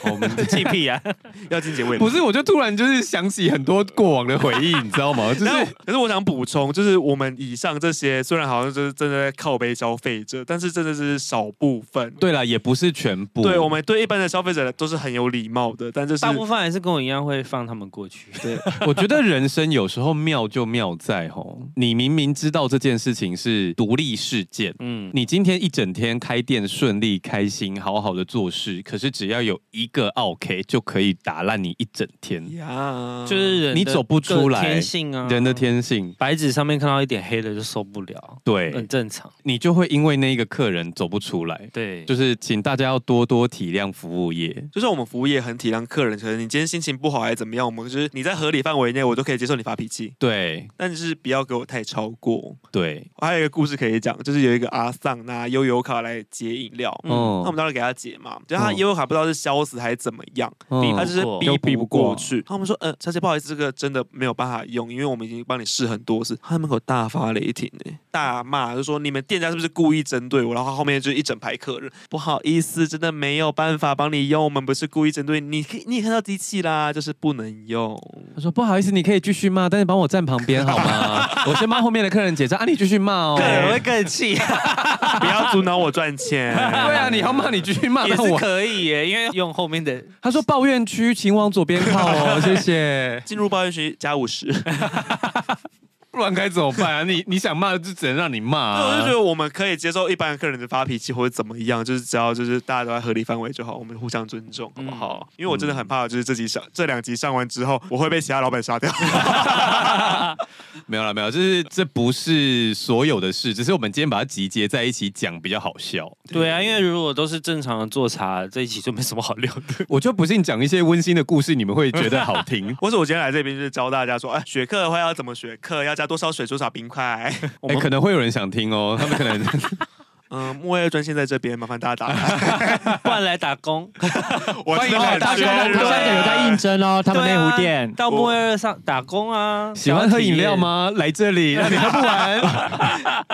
Speaker 2: 我们
Speaker 3: 气屁啊！
Speaker 4: 要进结尾吗
Speaker 2: 不是，我就突然就是想起很多过往的回忆，你知道吗？就
Speaker 4: 然后
Speaker 2: 是，
Speaker 4: 可是我想补充，就是我们以上这些虽然好像就是真的在靠背消费者，但是真的是少部分。
Speaker 2: 对了，也不是全部，
Speaker 4: 对，我们对一般的消费者都是很有礼貌的，但就是
Speaker 3: 大部分还是跟我一样会放他们过去。
Speaker 4: 对，
Speaker 2: 我觉得人生有时候妙就妙在吼，你明明知道这件事情是独立事件。
Speaker 3: 嗯，
Speaker 2: 你今天一整天开店顺利、开心、好好的做事，可是只要有一个 OK 就可以打烂你一整天。
Speaker 4: 呀，
Speaker 3: 就是人的
Speaker 2: 你走不出来
Speaker 3: 个天性啊，
Speaker 2: 人的天性，
Speaker 3: 白纸上面看到一点黑的就受不了，
Speaker 2: 对
Speaker 3: 很正常。
Speaker 2: 你就会因为那一个客人走不出来。
Speaker 3: 对，
Speaker 2: 就是请大家要多多体谅服务业。
Speaker 4: 就是我们服务业很体谅客人，可能你今天心情不好还是怎么样，我们就是你在合理范围内，我都可以接受你发脾气，
Speaker 2: 对
Speaker 4: 但是不要给我太超过。
Speaker 2: 对，
Speaker 4: 我还有一个故事可以讲，就是有一个阿丧拿悠游卡来解饮料，
Speaker 3: 哦
Speaker 4: 那
Speaker 2: 嗯
Speaker 4: 我们，当时给他解嘛，就
Speaker 3: 嗯
Speaker 4: 他悠游卡不知道是消死还是怎么样，
Speaker 2: 嗯
Speaker 4: 他就是
Speaker 3: 过
Speaker 4: 逼
Speaker 1: 又逼
Speaker 4: 不
Speaker 1: 不
Speaker 4: 过
Speaker 1: 过
Speaker 4: 去。他们说，嗯，小姐不好意思，这个真的没有办法用，因为我们已经帮你试很多次。他在门口大发雷霆、欸，大骂，就说你们店家是不是故意针对我？然后后面就一整排客人，不好意思，真的没有办法帮你用，我们不是故意针对你，你可以你也看到机器啦，就是不能用。
Speaker 2: 他说不好意思，你可以继续骂，但是帮我站旁边好吗？ [LAUGHS] 我先帮后面的客人结账，啊，你继续骂哦。
Speaker 3: 客人会更气，
Speaker 2: 啊
Speaker 4: 不要阻挠我赚钱。
Speaker 2: 对
Speaker 4: [LAUGHS]
Speaker 2: 啊，你要骂你继续骂，
Speaker 3: [LAUGHS] 也
Speaker 2: 那
Speaker 3: 是
Speaker 2: 我
Speaker 3: 可以耶，因为用后面的
Speaker 2: 他说抱怨区，请往左边靠 [LAUGHS] 哦，谢谢。
Speaker 4: 进入抱怨区加五十，
Speaker 2: 不然该怎么办啊？你你想骂就只能让你骂、啊
Speaker 4: 所以我就觉得我们可以接受一般客人的发脾气或者怎么样，就是只要就是大家都在合理范围就好，我们互相尊重，好不好？因为我真的很怕，就是这集上 [LAUGHS] 这两集上完之后，我会被其他老板杀掉。 [LAUGHS]。
Speaker 2: 没有了，没有，就是这不是所有的事，只是我们今天把它集结在一起讲比较好笑。
Speaker 3: 对啊，因为如果都是正常的做茶，这一期就没什么好聊
Speaker 2: [LAUGHS]
Speaker 3: 的。
Speaker 2: 我就不信讲一些温馨的故事，你们会觉得好听
Speaker 4: 或者我今天来这边就是教大家说，哎，学课的话要怎么学课，要加多少水，多少冰块。 [LAUGHS]
Speaker 2: 哎、可能会有人想听哦，他们可能
Speaker 4: 嗯，莫位专线在这边，麻烦大家打来。
Speaker 3: 不然来打工，
Speaker 4: 我
Speaker 1: 欢
Speaker 4: 真
Speaker 1: 迎哦
Speaker 4: 的很
Speaker 1: 哎大
Speaker 4: 缺
Speaker 1: 家，
Speaker 4: 人
Speaker 1: 大家有在应征哦，他们内湖
Speaker 3: 对啊
Speaker 1: 店。
Speaker 3: 到莫二上打工啊。
Speaker 2: 喜欢喝饮料？吗？来这里，让你喝不完。
Speaker 3: 啊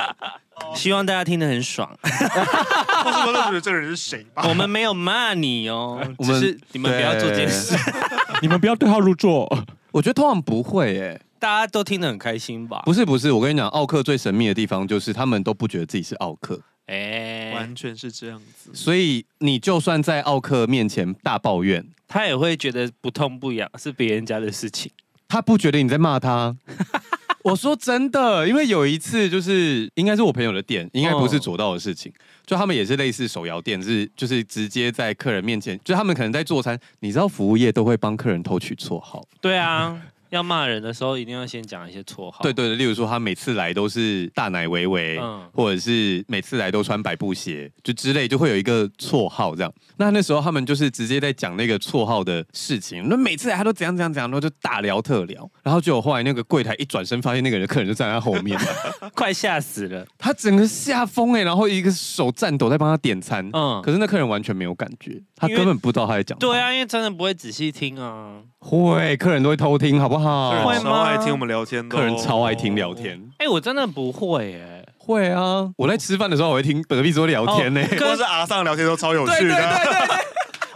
Speaker 3: 希望大家听得
Speaker 2: [LAUGHS]
Speaker 3: 很爽。
Speaker 4: [LAUGHS] 或是说都觉得这个人是谁吧。
Speaker 3: 我们没有骂你哦，
Speaker 2: 我
Speaker 3: 只
Speaker 2: 们
Speaker 3: 是你们不要做这件事。
Speaker 1: 你们不要对号入座。
Speaker 2: 我觉得通常不会诶、哎
Speaker 3: 大家都听得很开心吧？
Speaker 2: 不是不是，我跟你讲，奥克最神秘的地方就是他们都不觉得自己是奥克，
Speaker 3: [LAUGHS] 哎
Speaker 4: 完，全是这样子。
Speaker 2: 所以你就算在奥克面前大抱怨，
Speaker 3: 他也会觉得不痛不痒是别人家的事情。
Speaker 2: 他不觉得你在骂他。我说真的，因为有一次就是应该是我朋友的店，应该不是左道的事情，就他们也是类似手摇店，是就是直接在客人面前，就他们可能在做餐，你知道服务业都会帮客人偷取绰号，
Speaker 3: [LAUGHS] 对啊，要骂人的时候一定要先讲一些绰号。
Speaker 2: 对，对对，例如说他每次来都是大奶维维，
Speaker 3: 嗯
Speaker 2: 或者是每次来都穿百步鞋，就之类，就会有一个绰号这样。那那时候他们就是直接在讲那个绰号的事情，那每次来他都怎样怎样怎样，然后就大聊特聊。然后结果后来那个柜台一转身，发现那个人客人就站在他后面，
Speaker 3: 快吓死了。
Speaker 2: [LAUGHS] 他整个吓疯哎，然后一个手颤抖在帮他点餐，
Speaker 3: 嗯，
Speaker 2: 可是那客人完全没有感觉，他
Speaker 3: 因为
Speaker 2: 根本不知道他在讲。
Speaker 3: 对，啊，因为真的不会仔细听啊。
Speaker 2: 会客人都会偷听，好不
Speaker 4: 客
Speaker 2: 好
Speaker 3: 会
Speaker 4: 人？
Speaker 3: 吗
Speaker 4: 超爱听我们聊天的哦，
Speaker 2: 客人超爱听聊
Speaker 4: [LAUGHS]
Speaker 2: 天，
Speaker 3: 哎、我真的不会哎、
Speaker 2: 会啊！我在吃饭的时候，我会听隔壁桌聊天欸呢、
Speaker 4: 哦，光是阿上聊天都超有趣的。
Speaker 3: [LAUGHS]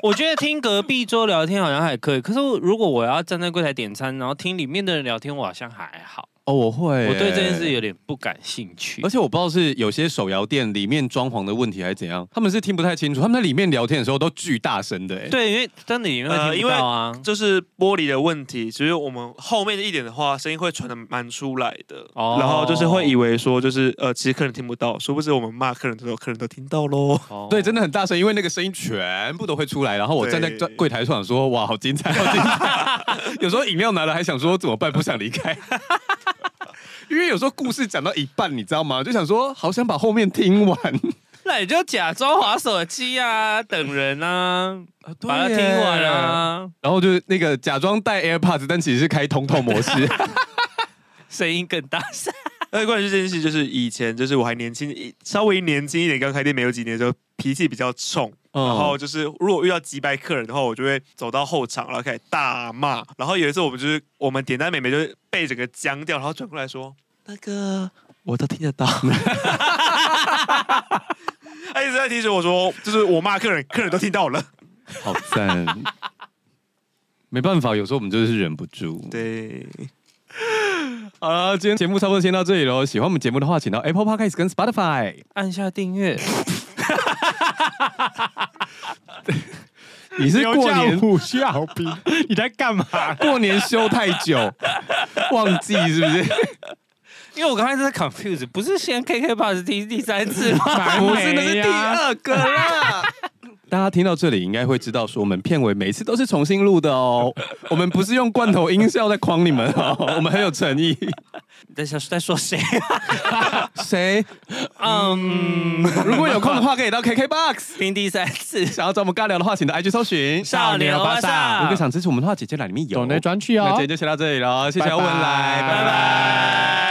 Speaker 3: 我觉得听隔壁桌聊天好像还可以，可是我如果我要站在柜台点餐，然后听里面的人聊天，我好像还好。
Speaker 2: [LAUGHS] 哦，我会欸、
Speaker 3: 我对这件事有点不感兴趣
Speaker 2: 而。且我不知道是有些手摇店里面装潢的问题还是怎样，他们是听不太清楚，他们在里面聊天的时候都巨大声的、欸，，
Speaker 3: 对，因为真的里面会听不到啊。
Speaker 4: 就是玻璃的问题，其实我们后面一点的话，声音会传的蛮出来的，
Speaker 3: 哦
Speaker 4: 然后就是会以为说，就是呃，其实客人听不到，殊不知我们骂客人的时候，客人都听到喽。
Speaker 3: 哦
Speaker 2: 对，真的很大声，因为那个声音全部都会出来。然后我站在
Speaker 4: 对
Speaker 2: 柜柜台上想说，哇，好精彩，好精彩！有时候饮料拿了还想说怎么办，不想离开。 [LAUGHS] 因为有时候故事讲到一半，你知道吗？就想说，好想把后面听完，
Speaker 3: 那你就假装划手机啊，等人啊，
Speaker 2: [LAUGHS]
Speaker 3: 把它听完啊，
Speaker 2: 然后就是那个假装带 AirPods，但其实是开通透模式。
Speaker 3: 声音更大声。
Speaker 4: 那关于这件事，就是以前就是我还年轻，一稍微年轻一点，刚开店没有几年的时候，脾气比较冲。然后就是，如果遇到几百客人的话，我就会走到后场，然后开始大骂。然后有一次，我们就是我们点单，妹妹就是被整个僵掉，然后转过来说：“那个我都听得到。”他一直在提醒我说，就是我骂客人，客人都听到了。
Speaker 2: 好赞。没办法，有时候我们就是忍不住。
Speaker 4: 对，
Speaker 2: 好了，今天节目差不多先到这里喽。喜欢我们节目的话，请到 Apple Podcast 跟 Spotify。
Speaker 3: 按下订阅，
Speaker 2: 你是过年
Speaker 1: 虎笑兵， [LAUGHS] 你在干嘛？
Speaker 2: 过年休太久，忘记是不是？
Speaker 3: 因为我刚才在 confuse，不是先 KK Bus 第第三次 [LAUGHS] 吗？
Speaker 2: 不
Speaker 1: 不
Speaker 2: 是，那是第二个啦。大家听到这里应该会知道，说我们片尾每次都是重新录的哦。我们不是用罐头音效在框你们哦， [LAUGHS] 我们很有诚意。
Speaker 3: 在想在说谁？
Speaker 2: 谁
Speaker 3: 嗯，
Speaker 2: 如果有空的话，可以到 KKBOX。
Speaker 3: 听第三次。
Speaker 2: 想要找我们尬聊的话，请到 IG 搜寻
Speaker 3: 少年欧巴桑
Speaker 2: 如果想支持我们的话，姐姐来里面有。
Speaker 1: 懂得专去
Speaker 2: 那
Speaker 1: 哦
Speaker 2: 今。天就先到这里喽，谢谢
Speaker 1: 拜拜
Speaker 2: 欧文来，拜拜。